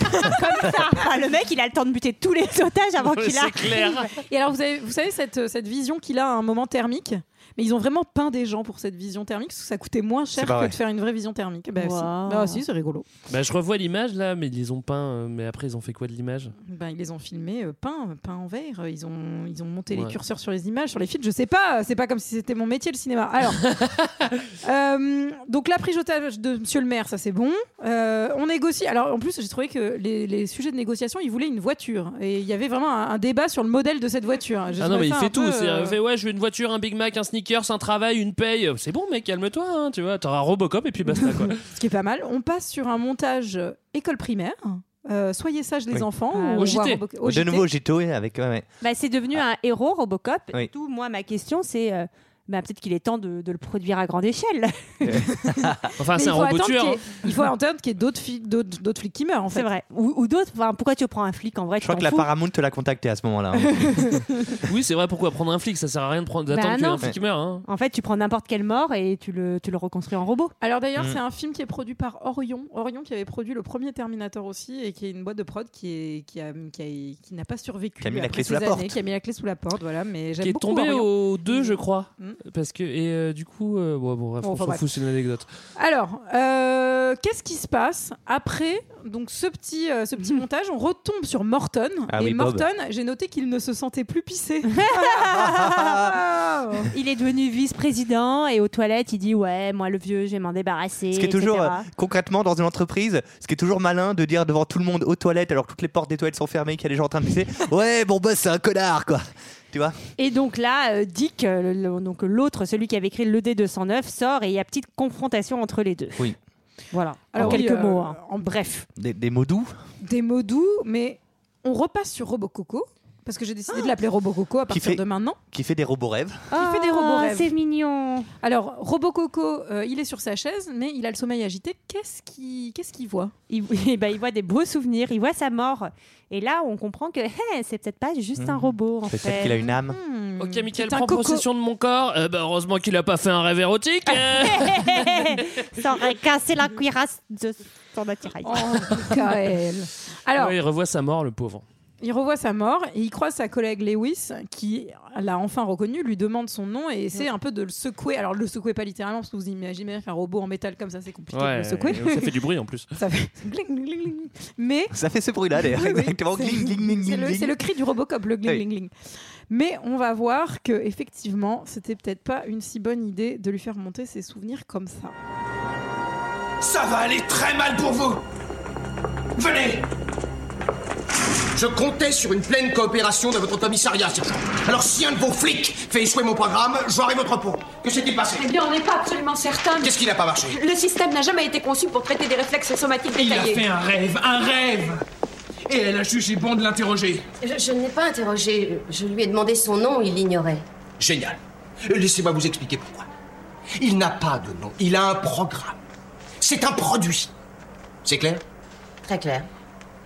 I: comme ça. Enfin, le mec, il a le temps de buter tous les otages avant
F: Ouais,
I: qu'il
F: C'est
I: a.
F: clair.
A: Et alors, vous, avez- vous savez, cette, euh, cette vision qu'il a à un moment thermique, mais ils ont vraiment peint des gens pour cette vision thermique, parce que ça coûtait moins cher
G: C'est pas
A: que
G: vrai.
A: de faire une vraie vision thermique. Bah, si.
I: Wow.
A: Bah, si, c'est rigolo.
F: Bah, je revois l'image là, mais ils les ont peint. euh, Mais après, ils ont fait quoi de l'image
A: Ben, ils les ont filmés euh, peints, peints en vert. Ils ont, ils ont monté
F: Ouais.
A: les curseurs sur les images, sur les filtres. Je sais pas, euh, c'est pas comme si c'était mon métier le cinéma. Alors, euh, donc la prise d'otage de Monsieur le Maire, ça c'est bon. Euh, on négocie. Alors en plus, j'ai trouvé que les, les sujets de négociation, ils voulaient une voiture et il y avait vraiment un, un débat sur le modèle de cette voiture. J'ai
F: Ah non,
A: trouvé
F: mais il
A: ça un
F: fait tout.
A: peu,
F: c'est,
A: euh,
F: euh, fait, ouais, je veux une voiture, un Big Mac, un sneakers, un travail, une paye. Euh, C'est bon, mec, calme-toi, hein, tu vois. T'auras Robocop et puis basta, quoi.
A: Ce qui est pas mal. On passe sur un montage euh, école primaire. Euh, soyez sages les
G: Oui.
A: enfants.
I: Ah,
A: On
F: au
A: voit
F: JT.
A: Robo- au
G: De
A: JT.
G: nouveau, Gito, avec. ouais, ouais.
I: Bah, c'est devenu un héros Robocop.
G: Oui.
I: Tout moi, ma question, c'est euh, bah, peut-être qu'il est temps de, de le produire à grande échelle.
F: Enfin,
I: Mais
F: c'est
I: il
F: un
I: faut
F: robot
I: attendre
F: tueur.
I: qu'il y
F: hein.
I: ait-
A: Il faut entendre qu'il y ait d'autres fi- d'autres d'autres flics qui meurent, en fait.
I: C'est vrai. Ou, ou d'autres. Enfin, pourquoi tu prends un flic en vrai
G: Je crois que la Paramount te l'a contacté à ce moment-là. hein.
F: Oui, c'est vrai, pourquoi prendre un flic Ça sert à rien de prendre- d'attendre
I: Bah,
F: qu'il y ait un
I: non.
F: flic qui meurt. hein.
I: En fait, tu prends n'importe quelle mort et tu le, tu le reconstruis en robot.
A: Alors d'ailleurs,
F: Mm.
A: c'est un film qui est produit par Orion. Orion qui avait produit le premier Terminator aussi et qui est une boîte de prod qui est qui a- qui a- qui n'a pas survécu.
F: Qui a mis la
A: après
F: clé sous
A: ces
F: la
A: années,
F: porte.
A: Qui a mis la clé sous la porte, voilà. Mais j'aime
F: Qui est
A: beaucoup
F: tombé
A: Orion.
F: au 2, je crois. Parce que, et euh, du coup, euh, bon, bon, bref,
A: Bon,
F: on
A: enfin,
F: s'en
A: bref.
F: fout, c'est une anecdote.
A: Alors, euh, qu'est-ce qui se passe après donc ce petit, euh, ce petit montage On retombe sur Morton.
F: Ah
A: et
F: oui, Bob.
A: Morton, j'ai noté qu'il ne se sentait plus pissé.
I: Il est devenu vice-président et aux toilettes, il dit Ouais, moi le vieux, je vais m'en débarrasser.
G: Ce qui est toujours,
I: etc.
G: euh, concrètement, dans une entreprise, ce qui est toujours malin de dire devant tout le monde aux toilettes, alors que toutes les portes des toilettes sont fermées, qu'il y a des gens en train de pisser, ouais, bon boss, c'est un connard, quoi. Tu vois
I: Et donc là, euh, Dick, euh, le- le- donc l'autre, celui qui avait écrit le D209, sort et il y a petite confrontation entre les deux.
G: Oui.
I: Voilà.
A: Alors
I: en
A: oui,
I: quelques
A: euh,
I: mots. hein. En bref.
G: Des, des mots doux.
A: Des mots doux, mais on repasse sur Robococo parce que j'ai décidé de l'appeler Robococo à
G: Qui
A: partir
G: fait,
A: de maintenant.
G: qui fait des robots rêves.
A: Il fait des robots rêves.
I: Ah, C'est mignon.
A: Alors, Robococo, euh, il est sur sa chaise, mais il a le sommeil agité. Qu'est-ce qu'il qu'est-ce qu'il voit
I: Il, eh ben, il voit des beaux souvenirs, il voit sa mort. Et là, on comprend que hé, c'est peut-être pas juste un robot. en fait.
G: âme.
A: Hmm.
F: Ok, Michael
I: c'est un
F: prend
I: coco.
F: possession de mon corps. Euh, bah, heureusement qu'il a pas fait un rêve érotique. euh.
A: Eh,
I: Ça aurait cassé la cuirasse de son attirail.
A: Michael. Alors,
F: Ouais, il revoit sa mort, le pauvre.
A: il revoit sa mort et il croise sa collègue Lewis, qui l'a enfin reconnu, lui demande son nom et essaie un peu de le secouer. Alors, le secouer pas littéralement, parce que vous imaginez qu'un robot en métal comme ça, c'est compliqué de
F: Ouais,
A: le secouer.
F: et ça fait du bruit en plus.
A: Ça fait gling, gling, gling, gling. Mais
G: Ça fait ce bruit-là, d'ailleurs.
A: Oui, oui.
G: Exactement.
A: C'est-
G: Gling, gling, gling,
A: C'est
G: gling,
A: le,
G: gling.
A: c'est le cri du Robocop, le gling,
G: Oui.
A: gling, gling. Mais on va voir que effectivement, c'était peut-être pas une si bonne idée de lui faire monter ses souvenirs comme ça.
B: Ça va aller très mal pour vous. Venez. Je comptais sur une pleine coopération de votre commissariat, sergent. Alors si un de vos flics fait échouer mon programme, j'aurai votre peau. Que s'est-il passé
K: Eh bien, on n'est pas absolument certain.
B: Qu'est-ce qui n'a pas marché
K: Le système n'a jamais été conçu pour traiter des réflexes somatiques
M: Il a
K: détaillés.
M: fait un rêve, un rêve Et elle a jugé bon de l'interroger.
N: Je, je ne l'ai pas interrogé. Je lui ai demandé son nom, il l'ignorait.
B: Génial. Laissez-moi vous expliquer pourquoi. Il n'a pas de nom, il a un programme. C'est un produit. C'est clair
N: Très clair.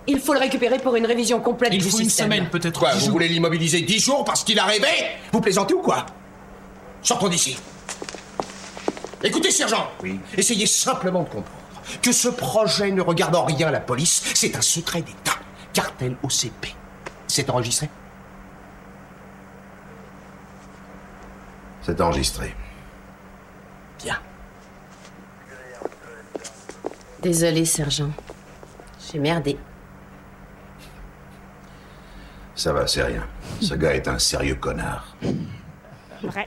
K: Il faut le récupérer pour une révision complète du système.
B: peut-être. Quoi Vous voulez l'immobiliser dix jours parce qu'il a rêvé Vous plaisantez ou quoi Sortons d'ici. Écoutez, sergent. Oui. Essayez simplement de comprendre que ce projet ne regarde en rien la police. C'est un secret d'État. Cartel OCP. C'est enregistré
H: C'est enregistré.
B: Bien.
N: Désolé, sergent. J'ai merdé.
H: Ça va, c'est rien. Ce gars est un sérieux connard.
I: Vrai.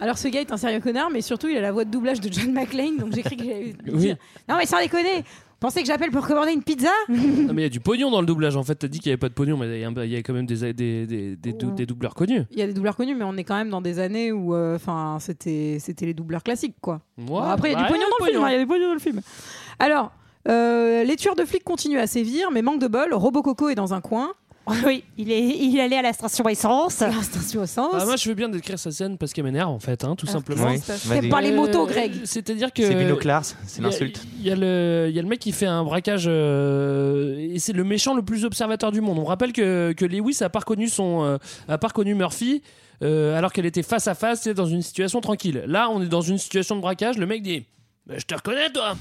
A: Alors ce gars est un sérieux connard, mais surtout il a la voix de doublage de John McClane, donc j'ai cru que j'allais lui
F: Oui.
A: dire. Non mais sans déconner, pensez que j'appelle pour commander une pizza
F: Non, mais il y a du pognon dans le doublage. En fait, t'as dit qu'il n'y avait pas de pognon, mais il y a- il y a quand même des, des, des, des dou- des doubleurs connus.
A: Il y a des doubleurs connus, mais on est quand même dans des années où, euh, enfin, c'était c'était les doubleurs classiques, quoi.
F: Ouais,
A: Bon, après, il y a
F: bah,
A: du pognon dans le film. hein, Il y a du pognon dans le film. Alors, euh, les tueurs de flics continuent à sévir, mais manque de bol, Robococo est dans un coin.
I: Oui, il est il allait à la station essence.
A: La station essence.
F: Ah, moi, je veux bien décrire sa scène parce qu'elle m'énerve, en fait, hein, tout
A: Alors,
F: simplement. Euh,
A: qu'est-ce qui se passe T'aimes pas Ah. les motos, Greg
F: C'est-à-dire que.
G: C'est binoclars, c'est
F: Il y a-
G: l'insulte.
F: Il y, a le- il y a le mec qui fait un braquage euh, et c'est le méchant le plus observateur du monde. On rappelle que, que Lewis a pas reconnu, son, euh, a pas reconnu Murphy euh, alors qu'elle était face à face et dans une situation tranquille. Là, on est dans une situation de braquage. Le mec dit Bah, Je te reconnais, toi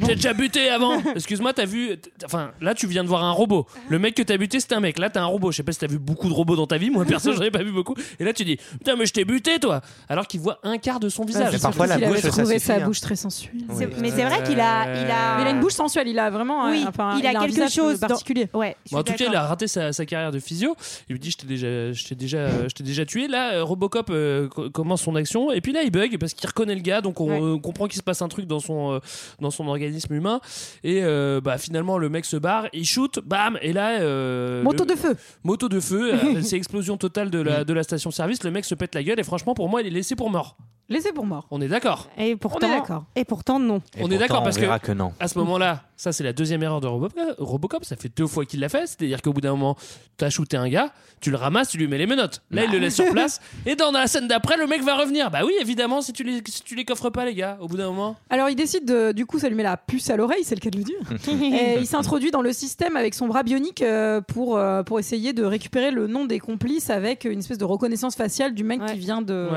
F: je t'ai déjà buté avant. Excuse-moi, t'as vu. t- Enfin, là, tu viens de voir un robot. Le mec que t'as buté, c'était un mec. Là, t'as un robot. Je sais pas si t'as vu beaucoup de robots dans ta vie. Moi, perso, j'en ai pas vu beaucoup. Et là, tu dis Putain, mais je t'ai buté, toi Alors qu'il voit un quart de son visage.
G: mais parfois, la
A: Il avait
G: bouche, ça
A: trouvé
G: suffit,
A: sa
G: hein.
A: bouche très sensuelle.
G: Oui. C'est-
I: mais c'est vrai qu'il a- il a-
A: Mais Ah. il a une bouche sensuelle. Il a vraiment.
I: Oui,
A: euh, enfin,
I: il a
A: un
I: quelque
A: visage
I: chose dans-
A: particulier.
I: Ouais.
F: Bon, en tout cas, il a raté sa, sa carrière de physio. Il lui dit Je t'ai déjà, je t'ai déjà, euh, je t'ai déjà tué. Là, euh, Robocop euh, co- commence son action. Et puis là, il bug parce qu'il reconnaît le gars. Donc, on euh, comprend qu'il se passe un truc dans son, euh, dans son organisme humain. Et euh, bah, finalement, le mec se barre. Il shoot. Bam. Et là. euh,
A: Moto
F: le-
A: de feu.
F: Moto de feu. euh, C'est explosion totale de la, de la station-service. Le mec se pète la gueule. Et franchement, pour moi, il est laissé pour mort.
A: Laissé pour mort.
F: On est d'accord.
I: Et pourtant,
A: d'accord.
I: Et pourtant, non.
F: on est d'accord parce
G: verra que non.
F: à ce moment-là, ça c'est la deuxième erreur de Robocop. Robocop, ça fait deux fois qu'il l'a fait, c'est-à-dire qu'au bout d'un moment, t'as shooté un gars, tu le ramasses, tu lui mets les menottes. Là,
G: Bah
F: il le laisse sur place, et dans la scène d'après, le mec va revenir. Bah oui, évidemment, si tu les, si tu les coffres pas, les gars, au bout d'un moment.
A: Alors il décide de, du coup ça lui met la puce à l'oreille, c'est le cas de le dire. Et il s'introduit dans le système avec son bras bionique euh, pour, euh, pour essayer de récupérer le nom des complices avec une espèce de reconnaissance faciale du mec qui vient de,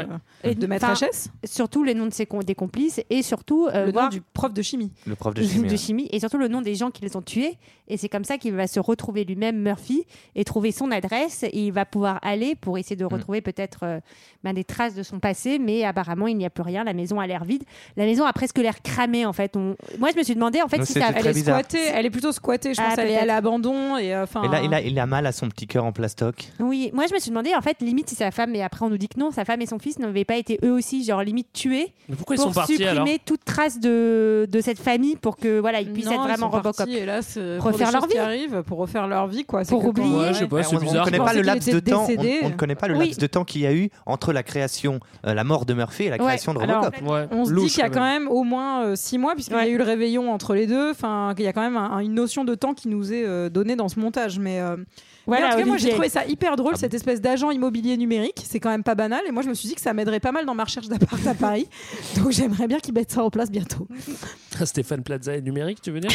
I: Et
A: de mettre
I: enfin,
A: HS.
I: Surtout les noms de ses com- des complices et surtout
A: Le
I: euh,
A: nom
I: voir
A: du prof de chimie.
G: Le prof de euh. chimie.
I: de chimie et surtout le nom des gens qui les ont tués. Et c'est comme ça qu'il va se retrouver lui-même, Murphy, et trouver son adresse. Et il va pouvoir aller pour essayer
F: Mm.
I: de retrouver peut-être euh, ben, des traces de son passé. Mais apparemment, il n'y a plus rien. La maison a l'air vide. La maison a presque l'air cramée, en fait. On- Moi, je me suis demandé, en fait,
G: Non,
I: si
G: c'était
I: ça
G: très Elle est bizarre.
A: squattée, elle est plutôt squattée, je
I: Ah,
A: pense, elle est à
I: peut-être.
A: l'abandon. Et, euh, enfin,
G: Et là, il a, il a mal à son petit cœur en plastoc.
I: Oui, moi je me suis demandé en fait limite si sa femme et après on nous dit que non, sa femme et son fils n'avaient pas été eux aussi genre limite tués
F: Mais pourquoi ils
I: pour
F: sont partis,
I: supprimer
F: alors
I: toute trace de, de cette famille pour que voilà ils puissent
A: non,
I: Ah, être
A: ils
I: vraiment
A: sont partis,
I: Robocop.
A: Et là, c'est- pour
I: Refaire
A: des
I: leur
A: choses qui
I: vie.
A: arrivent, pour refaire leur vie, quoi. c'est
I: Pour
A: que
I: oublier.
A: quand-
I: Ouais,
F: je sais pas, c'est
G: on- on
F: bizarre.
G: ne connaît
A: Je
G: pas
A: pensais
G: le
A: qu'il
G: laps
A: était
G: de temps. on-
A: décédé.
G: On, ne connaît pas le
A: Oui.
G: laps de temps qu'il y a eu entre la création, euh, la mort de Murphy et la
A: Ouais,
G: création de
A: alors,
G: Robocop.
F: Ouais.
A: On se dit
G: Louche,
A: qu'il y a
G: quand
A: quand même au moins euh, six mois, puisqu'il y a eu le réveillon entre les deux. Enfin, qu'il y a quand même un- une notion de temps qui nous est euh, donnée dans ce montage. Mais, euh,
I: Voilà,
A: mais en tout cas, moi,
I: Olivier.
A: j'ai trouvé ça hyper
G: Ah
A: drôle, cette espèce d'agent immobilier numérique. C'est quand même pas banal. Et moi, je me suis dit que ça m'aiderait pas mal dans ma recherche d'appart à Paris. Donc, j'aimerais bien qu'ils mettent ça en place bientôt.
F: Stéphane Plaza est numérique, tu veux dire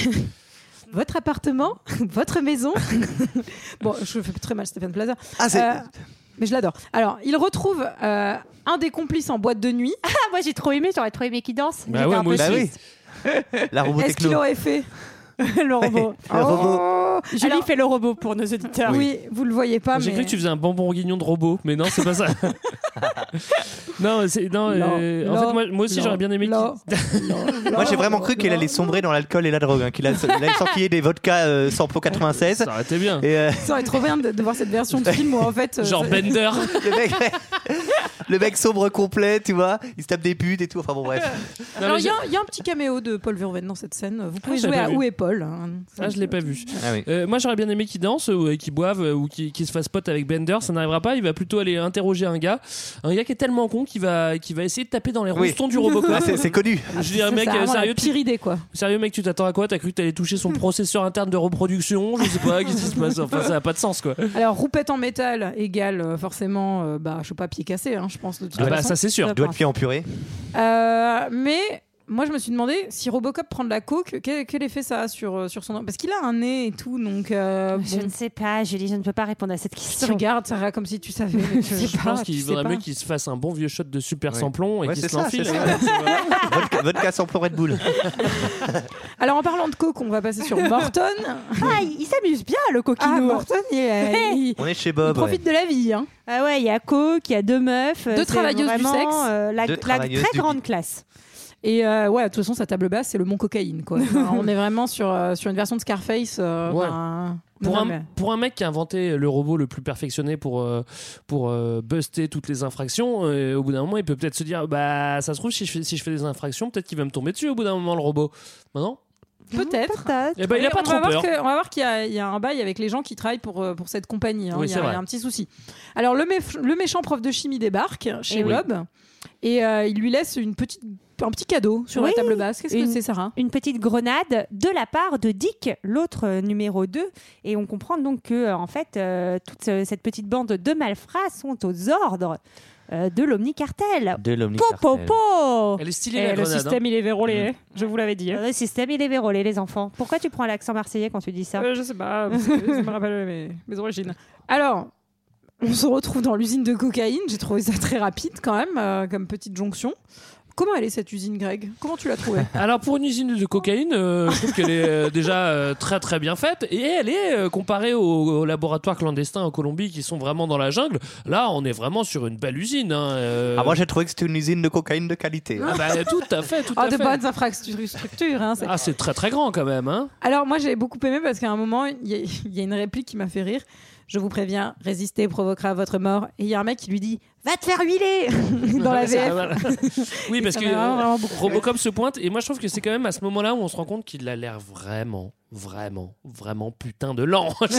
A: Votre appartement, votre maison. bon, je fais très mal Stéphane Plaza.
G: Ah, c'est-
A: mais je l'adore. Alors, il retrouve euh, un des complices en boîte de nuit.
I: Ah moi j'ai trop aimé, j'aurais trop aimé qu'ils dansent.
F: Bah
I: J'étais
F: ouais,
I: un
F: moi
I: peu
F: aussi.
I: triste.
G: La robot
A: Est-ce qu'il
G: techno.
A: aurait fait le robot
G: Le robot.
I: Julie
A: Alors-
I: fait le robot pour nos auditeurs.
A: Oui. vous le voyez pas,
F: J'ai
A: mais
F: cru que tu faisais un bonbon bourguignon de robot, mais non, c'est pas ça. non, c'est non. euh,
A: Non,
F: en
A: non,
F: fait, moi, moi aussi,
A: non,
F: j'aurais bien aimé. qu'il-
A: non.
G: Moi, j'ai vraiment cru qu'elle allait sombrer dans l'alcool et la drogue, hein, qu'il a- il allait sortir des vodkas euh, Sampo 96.
F: Ça aurait été bien.
G: Et euh,
A: ça aurait trop bien de, de voir cette version de film où en fait. euh,
F: Genre
A: c'est-
F: Bender.
G: le, mec, le mec sombre complet, tu vois, il se tape des putes et tout. Enfin bon, bref.
A: Alors il y, a un- il y a un petit caméo de Paul Verhoeven dans cette scène. Vous pouvez
F: Ah, je
A: jouer
F: l'ai
A: à
F: pas vu.
A: Où est Paul hein.
F: Ah, je l'ai pas vu.
G: Ah oui.
F: Euh, moi, j'aurais bien aimé qu'il danse ou euh, qu'il boive euh, ou qu'il qu'il se fasse pote avec Bender. Ça n'arrivera pas. Il va plutôt aller interroger un gars, un gars qui est tellement con qu'il va, qu'il va essayer de taper dans les
G: Oui.
F: rostons du Robocop.
G: Ah, c'est- c'est connu.
F: Je dis un
A: Ça,
F: mec
A: c'est
F: euh,
A: vraiment la
F: sérieux, tu-
A: pire idée quoi.
F: sérieux mec, tu t'attends à quoi T'as cru que t'allais toucher son processeur interne de reproduction Je sais pas, qu'est-ce qui se passe Enfin, ça a pas de sens quoi.
A: Alors roupette en métal égale euh, forcément euh, bah je sais pas pied cassé hein, je pense de toute
F: Ah bah,
A: façon.
F: ça, c'est sûr.
G: Doigt de pied en purée.
A: Euh, mais moi je me suis demandé si Robocop prend de la coke quel, quel effet ça a sur euh, sur son parce qu'il a un nez et tout donc euh,
I: Je
A: bon,
I: ne sais pas, Julie, je ne peux pas répondre à cette
A: tu
I: question.
A: regardes Sarah comme si tu savais. mais tu sais
F: Je
A: pas,
F: pense
A: tu
F: qu'il
A: sais
F: vaudrait
A: pas.
F: mieux qu'il se fasse un bon vieux shot de super
G: Ouais.
F: sans plomb et
G: Ouais,
F: qu'il
G: c'est
F: se
G: ça, c'est
F: l'enfile.
G: ça. Vodka, vodka sans plomb Red Bull.
A: Alors en parlant de coke, on va passer sur Morton.
I: Ah, il il s'amuse bien le coquino.
A: Ah, Morton, il, est-
F: Ah,
A: il-
G: On est chez
A: il
G: Bob.
F: bah
G: ouais.
A: profite de la vie. Hein.
I: Ah ouais, il y a Coke, il y a deux meufs. euh,
A: Deux
I: c'est
A: travailleuses du
I: vraiment,
A: sexe.
I: euh, la,
G: Deux
I: la
G: travailleuses
I: très
G: du-
I: grande classe.
A: Et euh, ouais, de toute façon, sa table basse, c'est le mon cocaïne. Quoi. Enfin, on est vraiment sur, euh, sur une version de Scarface. euh,
F: Ouais.
A: ben,
F: Pour
A: non,
F: un,
A: non, mais-
F: pour un mec qui a inventé le robot le plus perfectionné pour, euh, pour euh, buster toutes les infractions, euh, au bout d'un moment, il peut peut-être se dire Bah, ça se trouve, si je fais, si je fais des infractions, peut-être qu'il va me tomber dessus au bout d'un moment, le robot. Maintenant
A: Peut-être.
F: Eh ben, il a
A: Mais
F: pas
A: on
F: trop
A: va voir
F: peur.
A: que- on va voir qu'il y a, il y a un bail avec les gens qui travaillent pour, euh, pour cette compagnie. hein.
F: Oui,
A: il, y a,
F: c'est vrai.
A: il y a un petit souci. Alors, le, méf- le méchant prof de chimie débarque chez
I: Eh oui.
A: Bob et euh, il lui laisse une petite, un petit cadeau sur
I: Oui,
A: la table basse. Qu'est-ce
I: une-
A: que c'est, Sarah
I: Une petite grenade de la part de Dick, l'autre euh, numéro 2. Et on comprend donc que, euh, en fait, euh, toute euh, cette petite bande de malfrats sont aux ordres euh, de l'Omnicartel.
G: De
I: Po, po,
G: l'omnicartel.
I: po
F: Elle est stylée,
A: Eh,
F: la grenade. hein.
A: il est verrouillé. Je vous l'avais dit. hein.
I: Euh, Le système, il est vérolé, les enfants. Pourquoi tu prends l'accent marseillais quand tu dis ça
A: Euh, je sais pas, parce que ça me rappelle mes, mes origines. Alors, on se retrouve dans l'usine de cocaïne. J'ai trouvé ça très rapide quand même, euh, comme petite jonction. Comment elle est cette usine, Greg Comment tu l'as trouvée
F: Alors, pour une usine de cocaïne, euh, je trouve qu'elle est euh, déjà euh, très très bien faite. Et elle est, euh, comparée aux, aux laboratoires clandestins en Colombie qui sont vraiment dans la jungle, là, on est vraiment sur une belle usine. hein, euh.
G: Ah, moi, j'ai trouvé que c'était une usine de cocaïne de qualité.
F: Ah bah, tout à fait, tout
A: Ah,
F: à
A: de
F: fait.
A: bonnes infrastructures. Hein, c'est-
F: Ah, c'est très très grand quand même. Hein.
A: Alors, moi, j'ai beaucoup aimé parce qu'à un moment, il y, a- il y a une réplique qui m'a fait rire. Je vous préviens, résister provoquera votre mort. Et il y a un mec qui lui dit Va te faire huiler Dans la
F: Ouais, c'est
A: VF.
F: pas mal. oui, parce
A: ça
F: que
A: m'a vraiment,
F: euh,
A: vraiment beaucoup
F: Robocop se pointe et moi je trouve que c'est quand même à ce moment-là où on se rend compte qu'il a l'air vraiment vraiment, vraiment putain de lent.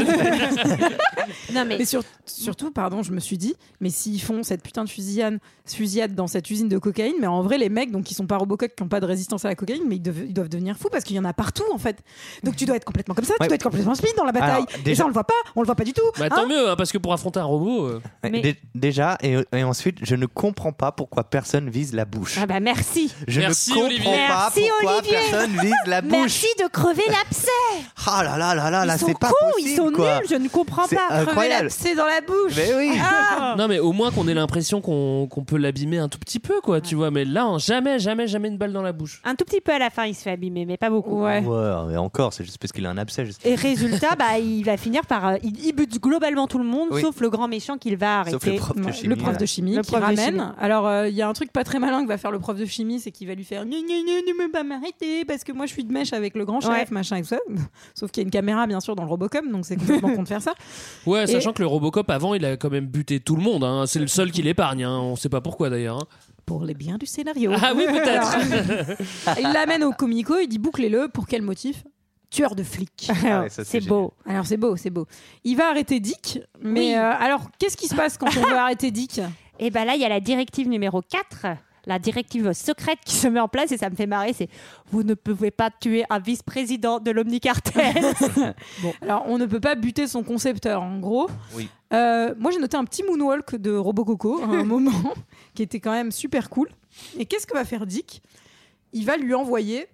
A: non, mais sur- surtout, pardon, je me suis dit, mais s'ils font cette putain de fusillade, fusillade dans cette usine de cocaïne, mais en vrai, les mecs, donc, qui sont pas Robocop, qui n'ont pas de résistance à la cocaïne, mais ils, dev- ils doivent devenir fous parce qu'il y en a partout, en fait. Donc, tu dois être complètement comme ça,
G: Ouais.
A: tu dois être complètement speed dans la bataille.
G: Alors,
A: Et
G: déjà-
A: ça, on le voit pas, on le voit pas du tout.
F: Bah,
A: hein.
F: tant mieux, hein, parce que pour affronter un robot. euh,
G: Dé- Déjà, et, et ensuite, je ne comprends pas pourquoi personne vise la bouche.
I: Ah bah merci.
G: Je ne comprends pas
I: Merci,
G: pourquoi
I: Olivier.
G: personne vise la bouche.
I: Merci de crever l'abcès.
G: Ah là là là là, là
I: ils sont
G: c'est pas
I: cons,
G: possible.
I: ils sont
G: quoi.
I: nuls, je ne comprends
G: C'est
I: pas.
G: incroyable.
A: l'abcès dans la bouche.
G: Mais oui.
A: Ah
F: Non mais au moins qu'on ait l'impression qu'on qu'on peut l'abîmer un tout petit peu quoi tu vois mais là on- jamais jamais jamais une balle dans la bouche.
I: Un tout petit peu à la fin, il se fait abîmer, mais pas beaucoup.
G: Ouais, mais encore, c'est juste parce qu'il a un abcès. juste-
I: Et résultat, bah, il va finir par. euh, il, il bute globalement tout le monde,
G: Oui.
I: sauf le grand méchant qu'il va arrêter.
G: Sauf le prof de chimie.
A: Le prof de chimie
I: Le
A: qui
I: prof de
A: ramène.
I: chimie.
A: Alors, euh, il y a un truc pas très malin que va faire le prof de chimie, c'est qu'il va lui faire Gna, gna, gna, ne me pas m'arrêter parce que moi je suis de mèche avec le grand chef,
I: Ouais.
A: machin et tout ça. Sauf qu'il y a une caméra bien sûr dans le Robocop, donc c'est complètement con de faire ça.
F: Ouais
A: Et-
F: sachant que le Robocop avant il a quand même buté tout le monde hein. c'est le seul qui l'épargne hein. on sait pas pourquoi d'ailleurs. hein.
A: Pour les biens du scénario.
F: Ah oui peut-être.
A: Alors, il l'amène au comico, il dit bouclez-le pour quel motif Tueur de flic.
G: Ah ouais, ça, c'est C'est beau.
A: Alors c'est beau, c'est beau. Il va arrêter Dick, mais
I: Oui.
A: euh, alors qu'est-ce qui se passe quand on veut arrêter Dick
I: Et bah là, il y a la directive numéro 4, la directive secrète qui se met en place et ça me fait marrer. C'est vous ne pouvez pas tuer un vice-président de l'Omnicartel.
A: Alors on ne peut pas buter son concepteur en gros.
G: Oui.
A: Euh, moi, j'ai noté un petit moonwalk de Robococo à un moment qui était quand même super cool. Et qu'est-ce que va faire Dick Il va lui envoyer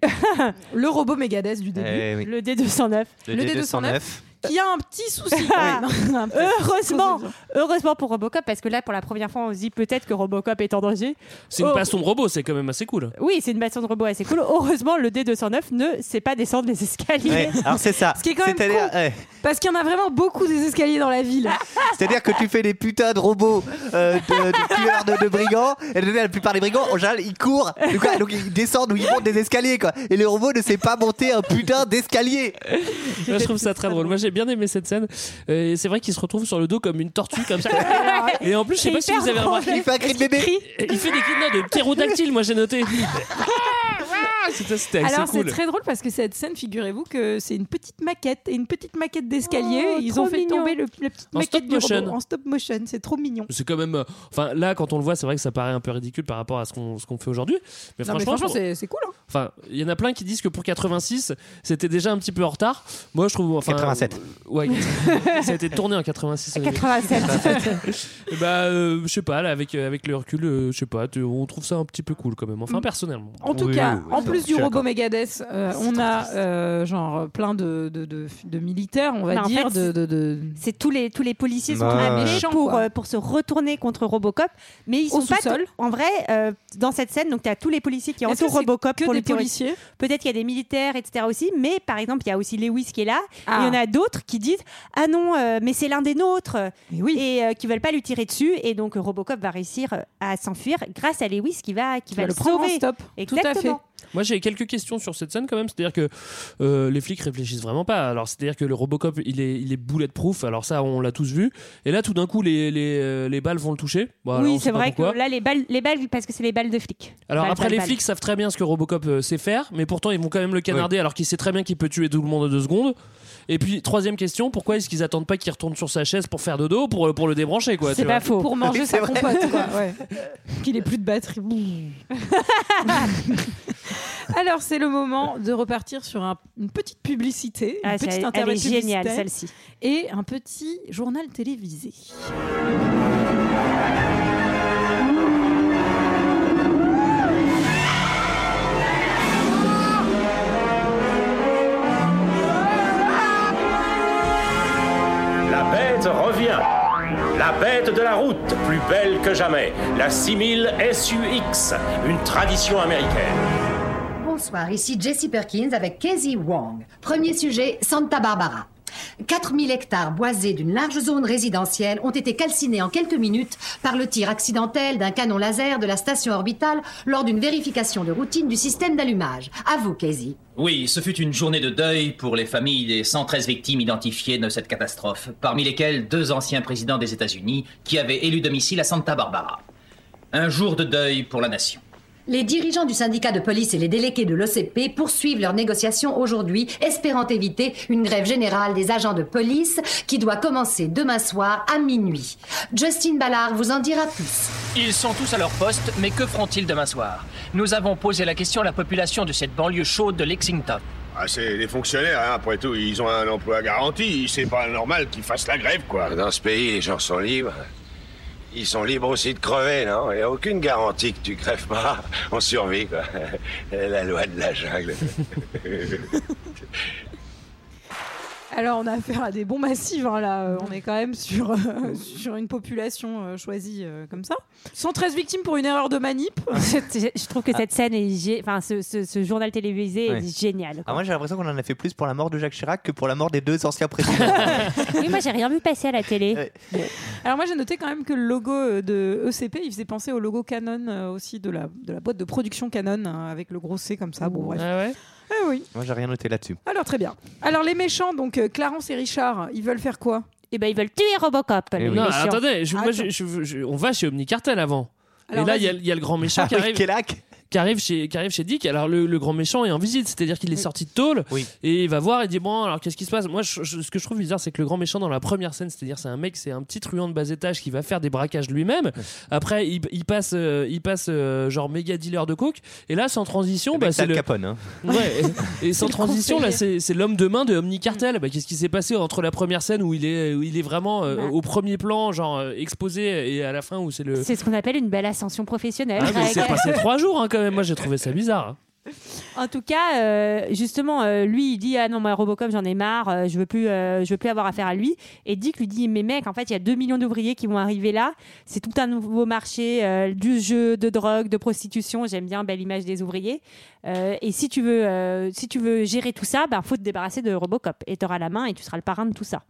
A: le robot Megadeth du début,
G: Eh oui.
I: le D209.
G: Le
A: Le
G: D209.
A: qui a un petit souci. quand même. Un petit-
I: Heureusement, heureusement pour Robocop, parce que là, pour la première fois, on se dit peut-être que Robocop est en danger.
F: C'est une
I: Oh.
F: passion de robot c'est quand même assez cool.
I: Oui, c'est une baston de robot assez cool. Heureusement, le D209 ne sait pas descendre les escaliers.
G: Ouais, alors c'est ça.
A: Ce qui est quand même
G: C'est-à-dire,
A: con.
G: ouais.
A: Parce qu'il y en a vraiment beaucoup des escaliers dans la ville.
G: C'est-à-dire que tu fais des putains de robots euh, de, de tueurs de, de brigands. Et déjà, la plupart des brigands, en général, ils courent. Donc, ouais, donc, ils descendent ou ils montent des escaliers. Quoi. Et le robot ne sait pas monter un putain d'escalier.
F: Moi, je trouve ça très drôle. Moi j'ai bien aimé cette scène Euh, et c'est vrai qu'il se retrouve sur le dos comme une tortue comme ça. Et en plus je sais
I: C'est
F: pas si
I: hyper
F: vous avez
I: drôle.
F: remarqué
G: Il fait un cri de bébé.
F: Euh, il fait des clignots de ptérodactyle moi j'ai noté. Ah, C'était c'était assez
A: Alors c'est
F: cool.
A: très drôle parce que cette scène, figurez-vous que c'est une petite maquette et une petite maquette d'escalier.
I: Oh,
A: Ils
I: trop
A: ont fait
I: mignon.
A: tomber le, la petite
F: En
A: maquette
F: stop
A: du robot
F: motion.
A: en stop motion. C'est trop mignon.
F: C'est quand même. euh, Enfin, là, quand on le voit, c'est vrai que ça paraît un peu ridicule par rapport à ce qu'on ce qu'on fait aujourd'hui. Mais
A: Non, mais
F: franchement,
A: franchement,
F: pour-
A: c'est c'est cool. hein.
F: enfin, il y en a plein qui disent que pour 86, c'était déjà un petit peu en retard. Moi, je trouve. Enfin,
G: 87.
F: euh, ouais. ça a été tourné en 86. euh,
I: 87.
F: et bah, euh, je sais pas. Là, avec euh, avec le recul, euh, je sais pas. tu- On trouve ça un petit peu cool quand même.
A: Mm.
F: Enfin, personnellement.
A: En tout
G: Oui,
A: cas,
G: oui, oui,
A: en
G: oui, je
A: plus
G: suis
A: du robot
G: d'accord.
A: Megadeth, euh, on a euh, genre plein de, de, de- de militaires, on va
I: Mais en
A: dire,
I: fait,
A: de, de- de-
I: C'est tous les tous les policiers sont
G: Bah,
I: amenés
G: ouais.
A: Méchants,
I: pour
A: quoi.
I: euh, pour se retourner contre Robocop, mais ils
A: Au
I: sont pas
A: sous-sol.
I: t- en vrai euh, dans cette scène. Donc tu as tous les policiers qui
A: Est-ce
I: entourent
A: que c'est
I: Robocop
A: que
I: pour
A: des
I: le terroriser.
A: policiers.
I: Peut-être qu'il y a des militaires, etc. aussi. Mais par exemple, il y a aussi Lewis qui est là. et
A: Ah.
I: Il y en a d'autres qui disent ah non, euh, mais c'est l'un des nôtres
A: Mais oui.
I: et euh, qui veulent pas lui tirer dessus. Et donc euh, Robocop va réussir euh, à s'enfuir grâce à Lewis qui va qui
A: Tu
I: va
A: vas le
I: le
A: prendre en
I: sauver.
A: stop.
I: Exactement.
A: Tout à fait.
F: Moi, j'ai quelques questions sur cette scène quand même. C'est-à-dire que euh, les flics réfléchissent vraiment pas. Alors, c'est-à-dire que le Robocop, il est, il est bulletproof. Alors ça, on l'a tous vu. Et là, tout d'un coup, les, les, euh, les balles vont le toucher. Bon, alors, on
I: oui,
F: sait
I: c'est
F: pas
I: vrai
F: pourquoi.
I: que là les balles les balles parce que c'est les balles de flics.
F: Alors
I: Balles,
F: après,
I: balles,
F: les
I: balles.
F: flics savent très bien ce que Robocop euh, sait faire, mais pourtant ils vont quand même le canarder alors qu'il sait très bien qu'il peut tuer tout le monde en deux secondes. Et puis troisième question, pourquoi est-ce qu'ils attendent pas qu'il retourne sur sa chaise pour faire dodo pour euh, pour le débrancher quoi
I: C'est
F: tu
I: pas
F: vois.
I: faux.
A: Pour manger
G: Oui,
A: sa
G: c'est vrai.
A: compote, quoi. Ouais. Qu'il ait plus de batterie. Alors, c'est le moment de repartir sur un- une petite publicité,
I: Ah,
A: une petite
I: c'est- elle est
A: intermède
I: géniale
A: publicitaire
I: celle-ci.
A: et un petit journal télévisé.
O: La bête revient. La bête de la route, plus belle que jamais. La 6000 SUX, une tradition américaine.
P: Bonsoir, ici Jessie Perkins avec Casey Wong. Premier sujet, Santa Barbara. 4000 hectares boisés d'une large zone résidentielle ont été calcinés en quelques minutes par le tir accidentel d'un canon laser de la station orbitale lors d'une vérification de routine du système d'allumage. À vous, Casey.
Q: Oui, ce fut une journée de deuil pour les familles des 113 victimes identifiées de cette catastrophe, parmi lesquelles deux anciens présidents des États-Unis qui avaient élu domicile à Santa Barbara. Un jour de deuil pour la nation.
P: Les dirigeants du syndicat de police et les délégués de l'OCP poursuivent leurs négociations aujourd'hui, espérant éviter une grève générale des agents de police qui doit commencer demain soir à minuit. Justin Ballard vous en dira plus.
R: Ils sont tous à leur poste, mais que feront-ils demain soir Nous avons posé la question à la population de cette banlieue chaude de Lexington.
S: Ah, c'est des fonctionnaires, hein, après tout, ils ont un emploi garanti, c'est pas normal qu'ils fassent la grève, quoi.
E: Dans ce pays, les gens sont libres. Ils sont libres aussi de crever, non Il n'y a aucune garantie que tu crèves pas. On survit, quoi. La loi de la jungle.
A: Alors, on a affaire à des bons massifs, hein, là. Euh, On est quand même sur, euh, sur une population euh, choisie euh, comme ça. 113 victimes pour une erreur de manip.
I: C'était- je trouve que cette scène est gé- enfin ce, ce- ce journal télévisé
G: Ouais.
I: est génial.
G: Ah, moi j'ai l'impression qu'on en a fait plus pour la mort de Jacques Chirac que pour la mort des deux anciens présidents.
I: oui, moi j'ai rien vu passer à la télé.
A: Alors, moi, j'ai noté quand même que le logo euh, de ECP, il faisait penser au logo Canon euh, aussi de la, de la boîte de production Canon, hein, avec le gros C comme ça. Bon, bref. Ah oui.
G: moi j'ai rien noté là-dessus.
A: Alors, très bien. Alors, les méchants, donc euh, Clarence et Richard, ils veulent faire quoi
I: Eh ben, ils veulent tuer Robocop.
A: les
F: Eh Non,
A: méchants.
F: attendez, je- moi,
A: Attends.
F: je- je- je- on va chez Omnicartel avant.
A: Alors,
F: et là,
A: vas-y.
F: il y a- il y, a le grand méchant
G: Ah
F: qui
G: oui,
F: arrive. Qui arrive, chez, qui arrive chez Dick, alors le, le grand méchant est en visite, c'est-à-dire qu'il est sorti de tôle et il va voir et dit Bon, alors qu'est-ce qui se passe Moi, je- je- ce que je trouve bizarre, c'est que le grand méchant dans la première scène, c'est-à-dire c'est un mec, c'est un petit truand de bas étage qui va faire des braquages lui-même. Après, il, il passe, euh, il passe euh, genre méga dealer de coke et là, sans transition, bah, c'est
G: Al
F: le.
G: Capone. hein.
F: Ouais, et, et sans
G: C'est le Mm.
F: transition, là,
G: conseiller.
F: c'est c'est l'homme de main de Omnicartel. Bah, Qu'est-ce qui s'est passé entre la première scène où il est, où il est vraiment euh,
I: Bah.
F: au premier plan, genre euh, exposé, et à la fin où c'est le.
I: C'est ce qu'on appelle une belle ascension professionnelle.
F: Ah, mais c'est
I: Greg.
F: passé trois jours hein, quand même. Moi, j'ai trouvé ça bizarre. hein.
I: En tout cas, euh, justement, euh, lui, il dit ah non, moi Robocop, j'en ai marre, euh, je veux plus, euh, je veux plus avoir affaire à lui. Et Dick lui dit mais mec, en fait, il y a 2 millions d'ouvriers qui vont arriver là. C'est tout un nouveau marché euh, du jeu, de drogue, de prostitution. J'aime bien belle image des ouvriers. Euh, et si tu veux, euh, si tu veux gérer tout ça, bah, faut te débarrasser de Robocop. Et t'auras la main et tu seras le parrain de tout ça.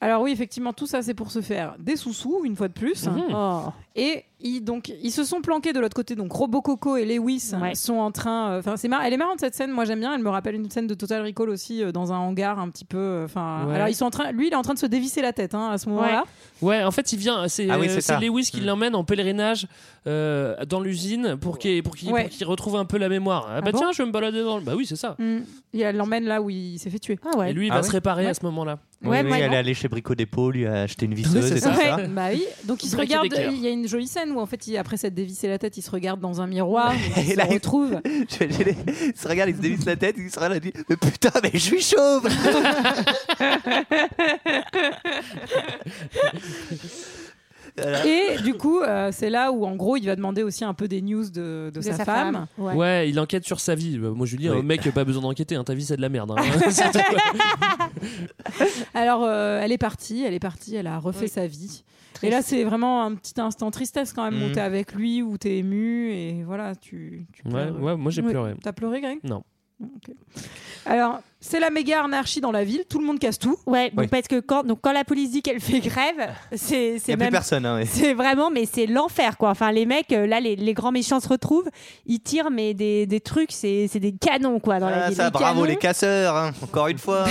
A: Alors oui, effectivement, tout ça, c'est pour se faire des sous-sous, une fois de plus.
I: Mhm. Oh.
A: Et ils, donc, ils se sont planqués de l'autre côté. Donc, Robococo et Lewis hein, sont en train... Enfin, c'est mar- Elle est marrante, cette scène. Moi, j'aime bien. Elle me rappelle une scène de Total Recall aussi, euh, dans un hangar un petit peu... euh, Enfin,
F: Ouais.
A: Alors, ils sont en train... Lui, il est en train de se dévisser la tête, hein, à ce moment-là.
F: Ouais, en fait, il vient. C'est
G: Ah oui,
F: euh,
G: c'est
F: c'est
G: ça.
F: Lewis qui l'emmène en pèlerinage euh, dans l'usine pour qu'il pour qu'il-
A: Ouais.
F: pour qu'il retrouve un peu la mémoire. Ah bah
A: Ah bon
F: tiens, je vais me balader dans le. Bah oui, c'est ça.
A: Mm. Il l'emmène là où il s'est fait tuer.
F: Et lui, il va
G: Ah ouais
F: se réparer
A: Ouais.
F: à ce moment-là.
G: Oui, oui, elle est allée chez Brico Dépôt, lui a acheté une
F: Oui,
G: visseuse
F: c'est
G: et tout ça.
A: Ouais, bah oui. Donc ils se
F: Braquer
A: regardent.
F: des cœurs.
A: Il y a une jolie scène où en fait, il- après s'être dévissé la tête, ils se regardent dans un miroir. ils
G: Et
A: se
G: là, il-
A: retrouvent.
G: Je- je l'ai- il se regarde, il se dévisse la tête, il se regarde, il dit Mais putain, mais je suis chauve Voilà.
A: Et du coup, euh, c'est là où en gros, il va demander aussi un peu des news de, de sa, femme.
F: Ouais. il enquête sur sa vie. Bah, Moi, je lui dis,
G: Oui.
F: euh, mec, pas besoin d'enquêter, hein, ta vie, c'est de la merde. hein. C'est tout.
A: Alors, euh, elle est partie, elle est partie, elle a refait sa vie. Et là, c'est vraiment un petit instant tristesse quand même où
F: Mm.
A: t'es avec lui, où t'es ému et voilà, tu. tu
F: Ouais,
A: pleures.
F: ouais, moi, j'ai
A: Ouais.
F: pleuré.
A: T'as pleuré, Greg
F: Non.
A: Alors, c'est la méga anarchie dans la ville, tout le monde casse tout.
I: Ouais, donc parce que quand, donc quand la police dit qu'elle fait grève, c'est
G: Il n'y
I: c'est
G: a plus
I: même
G: personne. hein, ouais.
I: C'est vraiment, mais c'est l'enfer, quoi. Enfin, les mecs, euh, là, les, les grands méchants se retrouvent, ils tirent, mais des, des trucs, c'est c'est des canons, quoi, dans la
G: Ah,
I: vie.
G: ça,
I: Des
G: bravo
I: canons.
G: les casseurs, hein, encore une fois.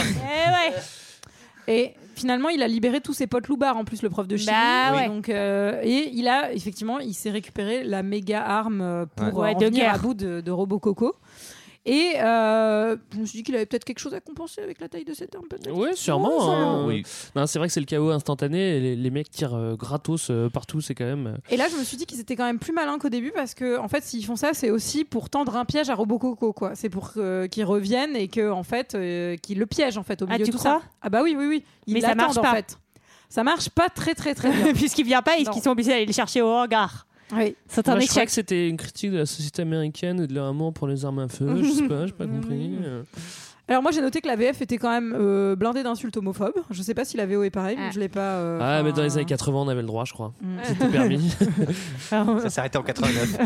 I: Eh
A: Et finalement, il a libéré tous ses potes loubards en plus, le prof de chimie.
I: Bah ouais.
A: Donc, euh, et il a effectivement, il s'est récupéré la méga arme euh, pour
I: Ouais.
A: euh,
I: Ouais,
A: en
I: de
A: venir à
I: guerre.
A: bout de, de Robococo. Et euh, je me suis dit qu'il avait peut-être quelque chose à compenser avec la taille de cette arme, peut-être.
F: Ouais, sûrement.
A: Ouais,
F: hein.
A: sûrement.
F: Oui. Non, c'est vrai que c'est le chaos instantané. et les, les mecs tirent euh, gratos euh, partout. C'est quand même. euh,
A: Et là, je me suis dit qu'ils étaient quand même plus malins qu'au début parce que, en fait, s'ils font ça, c'est aussi pour tendre un piège à Robococo, quoi. C'est pour euh, qu'ils reviennent et que, en fait, euh, qu'ils le piègent, en fait, au
I: Ah,
A: milieu de
I: tu
A: tout
I: crois
A: ça. Ah bah oui, oui, oui. Ils
I: Mais ça
A: l'attendent,
I: marche pas.
A: En fait. Ça marche pas très, très, très bien.
I: Puisqu'il vient pas, ils
A: Non.
I: qu'ils sont obligés d'aller le chercher au hangar.
A: Oui.
I: C'est un
F: moi, je crois
I: échec.
F: que c'était une critique de la société américaine et de leur amour pour les armes à feu. Je sais pas, j'ai pas compris. euh.
A: Alors moi j'ai noté que la VF était quand même euh, blindée d'insultes homophobes. Je sais pas si la VO est pareille, mais je l'ai pas. euh,
F: Ah, mais
A: enfin,
F: dans les années 80, on avait le droit, je crois.
A: Mm.
F: C'était permis.
G: Ça s'est arrêté en 89.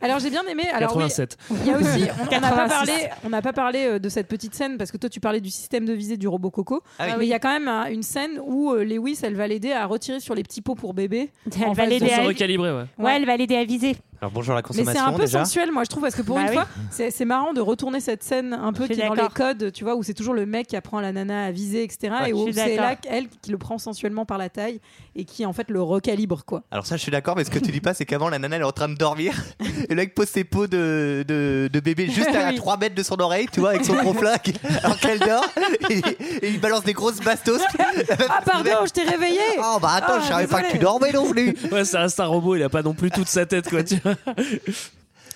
A: Alors j'ai bien aimé. Alors, oui,
F: 87.
A: il y a aussi, on- on n'a pas
I: 86.
A: parlé, on n'a pas parlé euh, de cette petite scène parce que toi tu parlais du système de visée du robot Coco.
I: Ah oui.
A: Mais il y a quand même un- une scène où euh, Lewis elle va l'aider à retirer sur les petits pots pour bébé.
I: Elle
A: en
I: va
A: face de
I: l'aider
A: son-
I: à-
F: Recalibré, ouais.
I: Ouais, elle va l'aider à viser.
G: Alors bonjour à la
A: Mais
G: consommation
A: c'est un peu
G: déjà.
A: sensuel, moi, je trouve, parce que pour
I: Bah
A: une
I: oui.
A: fois, c'est c'est marrant de retourner cette scène un peu
I: Je
A: qui
I: suis
A: est dans les
I: d'accord.
A: codes, tu vois, où c'est toujours le mec qui apprend à la nana à viser, etc.
G: Ouais,
A: et
G: je
A: où
G: suis
A: c'est
G: d'accord.
A: là qu'elle qui le prend sensuellement par la taille et qui en fait le recalibre, quoi.
G: Alors ça, je suis d'accord, mais ce que tu dis pas, c'est qu'avant, la nana, elle est en train de dormir. Et le mec pose ses peaux de, de, de bébé juste à,
A: Oui.
G: 3 mètres de son oreille, tu vois, avec son gros flingue, alors qu'elle dort. Et, et il balance des grosses bastos.
A: Ah, pardon, je t'ai réveillé
G: Oh, bah
A: Ah,
G: attends, je savais pas que tu dormais non plus
F: Ouais, ça reste un robot, il a pas non plus toute sa tête, quoi, tu vois.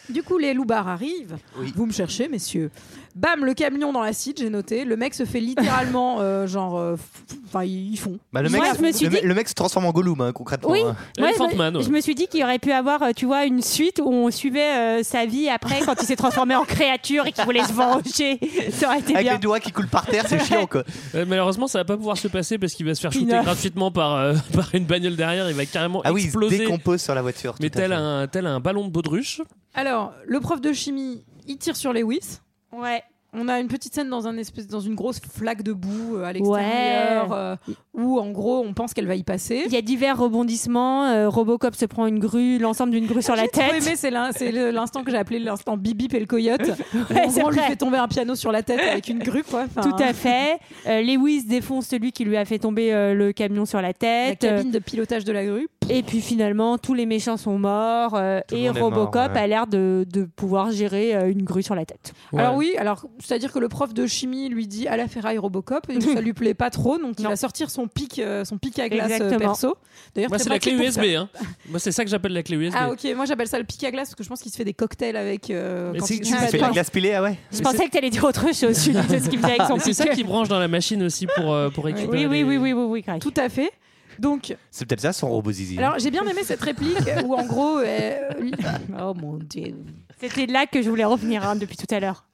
A: Du coup, les loupards arrivent. Vous me cherchez, messieurs. Bam, le camion dans l'acide, j'ai noté. Le mec se fait littéralement, euh, genre, euh, f- f- enfin, ils font.
G: Bah, le, mec,
A: Moi, je me suis
G: le,
A: dit-
G: mec- le mec se transforme en Gollum, hein, concrètement.
I: Oui,
G: hein.
I: moi, je, me- je me suis dit qu'il aurait pu avoir, euh, tu vois, une suite où on suivait euh, sa vie après quand il s'est transformé en créature et qu'il voulait se venger. Ça aurait été
G: Avec
I: bien.
G: les doigts qui coulent par terre, c'est chiant, quoi.
F: Euh, malheureusement, ça va pas pouvoir se passer parce qu'il va se faire shooter
G: Enough.
F: gratuitement par, euh, par une bagnole derrière. Il va carrément
G: Ah oui, il se
F: exploser.
G: décompose sur la voiture.
F: mais
G: tout à
F: tel
G: fait.
F: un, tel un ballon de baudruche.
A: Alors, le prof de chimie, il tire sur Lewis. Ouais. On a une petite scène dans, un espèce, dans une grosse flaque de boue euh, à l'extérieur,
I: Ouais.
A: euh, où en gros on pense qu'elle va y passer.
I: Il y a divers rebondissements. euh, Robocop se prend une grue, l'ensemble d'une grue sur la
A: J'ai trop
I: tête.
A: aimé, c'est l'in- c'est le- l'instant que j'ai appelé l'instant Bibip et le coyote.
I: Ouais,
A: Où en
I: c'est
A: gros, on lui
I: vrai.
A: fait tomber un piano sur la tête avec une grue, quoi. Enfin,
I: Tout à fait. Euh, Lewis défonce celui qui lui a fait tomber euh, le camion sur la
A: La
I: tête.
A: cabine de pilotage de la grue.
I: Euh, Et puis finalement, tous les méchants sont morts euh,
A: le
I: et
A: monde est mort,
I: Robocop
A: ouais.
I: a l'air de, de pouvoir gérer euh, une grue sur la tête.
A: Alors oui, alors c'est-à-dire que le prof de chimie lui dit à la ferraille Robocop, et ça lui plaît pas trop, donc il va sortir son pic, euh, son pic à glace euh,
F: Exactement.
A: perso. D'ailleurs,
F: Moi,
A: très
F: c'est la
A: pratique
F: clé
A: pour
F: USB.
A: faire-
F: Hein. Moi, c'est ça que j'appelle la clé USB.
A: Ah ok, moi j'appelle ça le pic à glace parce que je pense qu'il se fait des cocktails avec. euh,
F: Mais
A: quand
F: c'est-
A: il
F: tu
A: tue
F: fais
A: la
F: de la
A: dent.
F: glace
G: pilée, ah ouais.
I: Je pensais que t'allais dire autre chose, Julie, de ce qu'il faisait avec son
F: Mais C'est ça
I: pic.
F: qui branche dans la machine aussi pour, euh, pour
A: Oui,
F: récupérer.
A: oui,
F: les-
A: oui,
I: oui, oui, oui,
A: Tout à fait. Donc,
G: C'est peut-être ça son robot zizi.
A: alors j'ai bien aimé cette réplique où en gros, euh, oh mon dieu,
I: C'était là que je voulais revenir hein, depuis tout à l'heure.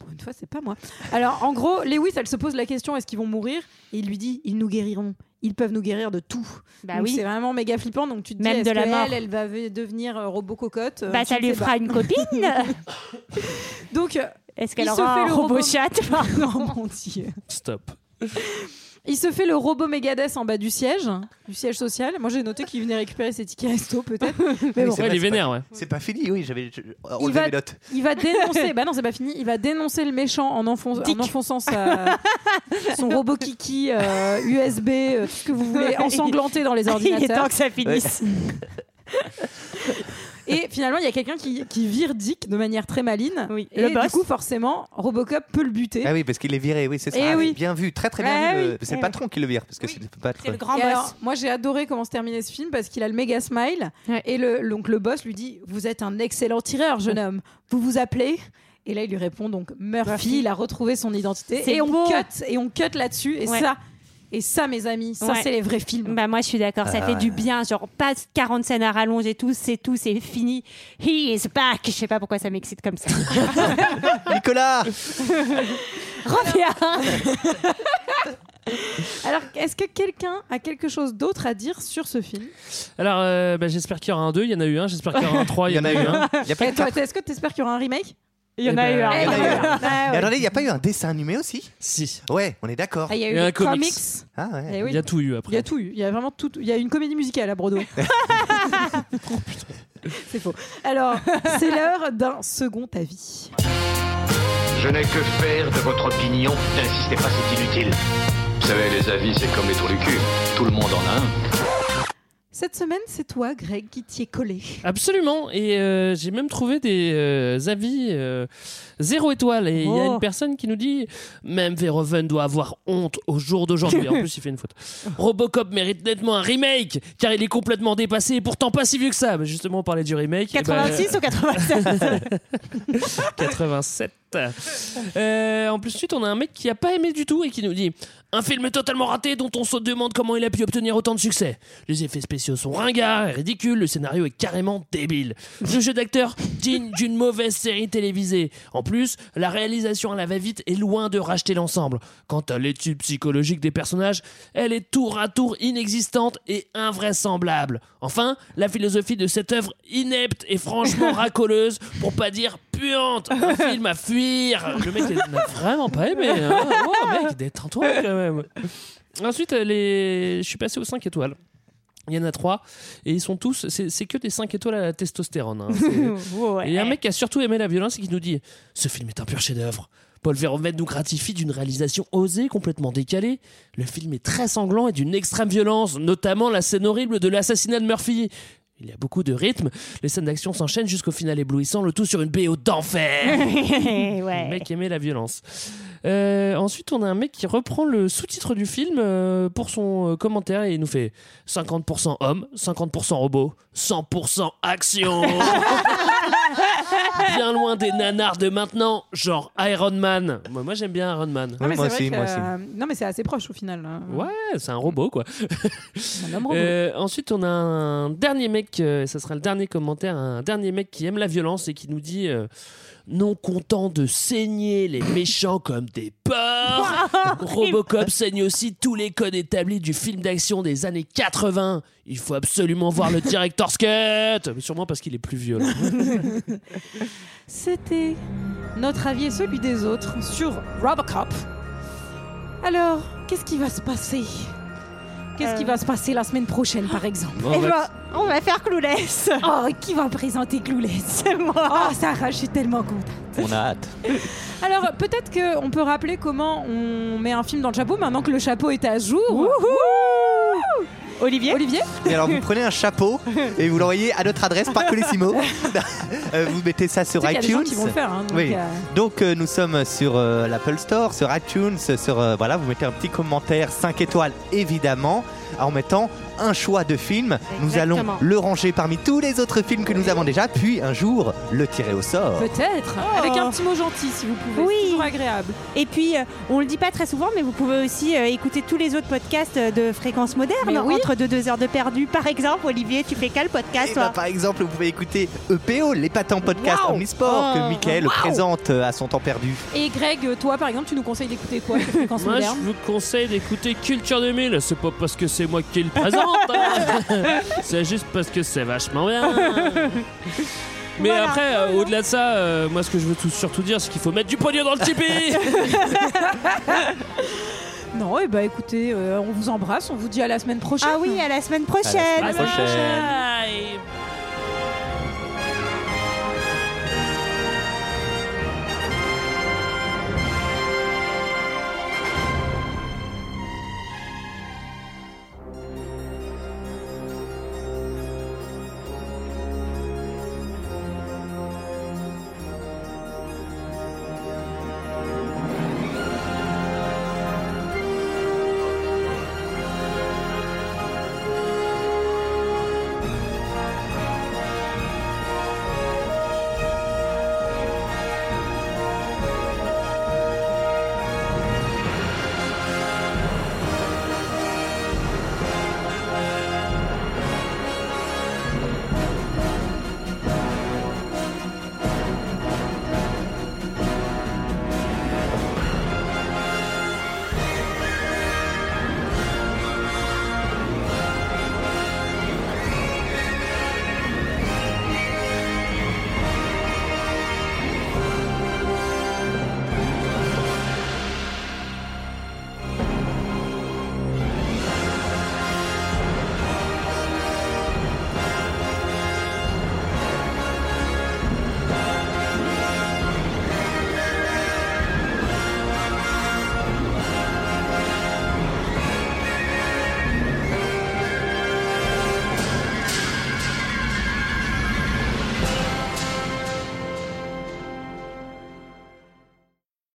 A: Pour une fois, c'est pas moi. Alors, en gros, Lewis, elle se pose la question est-ce qu'ils vont mourir Et il lui dit ils nous guériront. Ils peuvent nous guérir de tout.
I: Bah
A: Donc,
I: oui.
A: C'est vraiment méga flippant. Donc, tu te
I: Même
A: dis
I: de
A: est-ce
I: la
A: que
I: mort.
A: elle, elle va v- devenir euh, robot cocotte Euh,
I: bah,
A: tu
I: ça
A: ne
I: lui
A: sais
I: fera
A: pas.
I: une copine.
A: Donc,
I: Est-ce qu'elle
A: il se
I: aura
A: fait
I: un
A: le
I: robot,
A: robot-
I: chat
A: Non, mon dieu.
F: Stop.
A: Il se fait le robot Megadeth en bas du siège, du siège social. Moi, j'ai noté qu'il venait récupérer ses tickets resto, peut-être. Mais bon.
G: il est vénère, ouais. C'est pas fini, oui, j'avais je-
A: il
G: enlevé
A: va,
G: mes notes.
A: il va dénoncer. bah non, c'est pas fini. Il va dénoncer le méchant en, enfon- en enfonçant sa- son robot Kiki euh, USB, euh, tout ce que vous voulez, ensanglanté dans les ordinateurs.
I: Il est temps que ça finisse.
A: Et finalement, il y a quelqu'un qui, qui vire Dick de manière très maline. et
G: le
A: du
G: boss.
A: coup, forcément, Robocop peut le buter.
G: Ah oui, parce qu'il est viré, oui, c'est ça.
A: Eh
G: Ah,
A: oui.
G: Bien vu, très très bien
A: Eh
G: vu. le-
A: oui.
G: C'est
A: Eh
G: le patron qui le vire, parce que c'est le patron.
A: Et alors, moi, j'ai adoré comment se terminait ce film parce qu'il a le méga smile. Et le, donc, le boss lui dit Vous êtes un excellent tireur, jeune homme. Vous vous appelez Et là, il lui répond donc Murphy,
I: Murphy.
A: il a retrouvé son identité.
I: C'est
A: Et on,
I: beau.
A: cut, et on cut là-dessus. Et
I: Ouais.
A: ça, et ça, mes amis, ça,
I: Ouais.
A: c'est les vrais films.
I: Bah moi je suis d'accord, ça
A: Ah
I: fait du
A: ouais.
I: bien, genre pas 40 scènes à rallonge et tout, c'est tout, c'est fini. He is back. Je sais pas pourquoi ça m'excite comme ça.
G: Nicolas
I: Reviens
A: Alors, est-ce que quelqu'un a quelque chose d'autre à dire sur ce film
F: Alors, euh, bah, j'espère qu'il y aura un 2, il y en a eu un, j'espère qu'il y aura un 3, Oh, il y en a eu un.
A: Et toi, Est-ce que tu espères qu'il y aura un remake
I: Il
F: y en a Eh eu ben, un.
G: Il y en a eu un.
A: Ah,
G: Et
A: ouais.
G: attendez, il n'y a pas eu un dessin animé aussi
F: Si.
G: Ouais, on est d'accord.
A: Ah, il y a eu Et un les comics. comics.
G: Ah ouais.
A: Eh oui. Il y a
F: tout eu
A: Il y a tout eu. Il y a vraiment tout. Il y a une comédie musicale à Broadway. c'est faux. Alors, c'est l'heure d'un second avis.
T: Je n'ai que faire de votre opinion. N'insistez pas, c'est inutile. Vous savez, les avis, c'est comme les trous du cul. Tout le monde en a un.
A: Cette semaine, c'est toi, Greg, qui t'y est collé.
F: Eh Absolument, et euh, j'ai même trouvé des euh, avis euh, zéro étoile. Et il y a
A: Oh.
F: une personne qui nous dit Même Verhoeven doit avoir honte au jour d'aujourd'hui. en plus, il fait une faute. Robocop mérite nettement un remake, car il est complètement dépassé et pourtant pas si vieux que ça. Bah, justement, on parlait du remake. eh ben,
I: 86 ou 87
F: 87. Euh, en plus, suite, on a un mec qui a pas aimé du tout et qui nous dit un film totalement raté dont on se demande comment il a pu obtenir autant de succès. Les effets spéciaux sont ringards et ridicules, le scénario est carrément débile. Le jeu d'acteur digne d'une mauvaise série télévisée. En plus, la réalisation à la va-vite est loin de racheter l'ensemble. Quant à l'étude psychologique des personnages, elle est tour à tour inexistante et invraisemblable. Enfin, la philosophie de cette œuvre inepte et franchement racoleuse, pour pas dire puante, un film à fuir. Le mec il n'a vraiment pas aimé. hein. euh, Oh, mec, détends-toi quand même. Ensuite, les... je suis passé aux 5 étoiles. Il y en a trois, et ils sont tous, c'est c'est que des 5 étoiles à la testostérone. hein. C'est- Et il y a un mec qui a surtout aimé la violence et qui nous dit Ce film est un pur chef-d'œuvre. Paul Verhoeven nous gratifie d'une réalisation osée, complètement décalée. Le film est très sanglant et d'une extrême violence, notamment la scène horrible de l'assassinat de Murphy. Il y a beaucoup de rythme, les scènes d'action s'enchaînent jusqu'au final éblouissant, le tout sur une BO d'enfer. Le
I: Eh
F: mec aimait la violence. Euh, ensuite, on a un mec qui reprend le sous-titre du film euh, pour son euh, commentaire et il nous fait 50% homme, 50% robot, 100% action. bien loin des nanars de maintenant, genre Iron Man. Moi, moi j'aime bien Iron Man.
A: Non, mais c'est vrai que, euh, Non, mais c'est assez proche au final. hein.
F: Ouais, c'est un robot quoi.
A: Un homme robot.
F: Euh, ensuite, on a un dernier mec, euh, ça sera le dernier commentaire, un dernier mec qui aime la violence et qui nous dit euh, non content de saigner les méchants comme des porcs, Robocop saigne aussi tous les codes établis du film d'action des années 80. Il faut absolument voir le director's cut, Mais sûrement parce qu'il est plus violent.
A: C'était notre avis et celui des autres sur Robocop. Alors, qu'est-ce qui va se passer Qu'est-ce qui va se passer la semaine prochaine, par exemple
I: Bon, on Eh va- ben,
A: on va faire Clouless. Oh, qui va présenter Clouless C'est moi. Oh, Sarah, je suis tellement contente.
G: On a hâte.
A: Alors, peut-être qu'on peut rappeler comment on met un film dans le chapeau maintenant que le chapeau est à jour. Olivier Olivier
G: Et alors vous prenez un chapeau et vous l'envoyez à notre adresse par Colissimo. Euh, vous mettez ça sur
A: Tu sais qu'il y a des gens
G: iTunes.
A: qui vont le faire, hein, donc,
G: oui.
A: euh.
G: Donc euh, nous sommes sur euh, l'Apple Store, sur iTunes, sur euh, voilà, vous mettez un petit commentaire 5 étoiles évidemment en mettant un choix de film. Nous allons
A: Exactement.
G: le ranger parmi tous les autres films que nous avons déjà, puis un jour le tirer au sort.
A: Peut-être.
I: Oh.
A: Avec un petit mot gentil, si vous pouvez.
I: Oui.
A: C'est toujours agréable.
I: Et puis, euh, on le dit pas très souvent, mais vous pouvez aussi euh, écouter tous les autres podcasts euh, de Fréquence Moderne,
A: Mais oui.
I: entre deux, deux heures de perdu. Par exemple, Olivier, tu fais quel podcast
G: Et
I: toi
G: bah, par exemple, vous pouvez écouter E EPO, l'épatants podcast
I: Wow.
G: Omnisport
I: Oh.
G: que Michael
I: Wow.
G: présente euh, à son temps perdu.
A: Et Greg, toi, par exemple, tu nous conseilles d'écouter quoi sur Fréquence
F: Moi,
A: Moderne
F: je vous conseille d'écouter Culture 2000. C'est pas parce que c'est moi qui le présente. hein. c'est juste parce que c'est vachement bien. Mais après, euh, au-delà de ça, euh, moi, ce que je veux tout- surtout dire, c'est qu'il faut mettre du pognon dans le Tipeee.
A: eh ben, Non, et bah écoutez, euh, on vous embrasse, on vous dit à la semaine prochaine. Ah oui,
I: à la semaine
A: prochaine.
F: prochaine.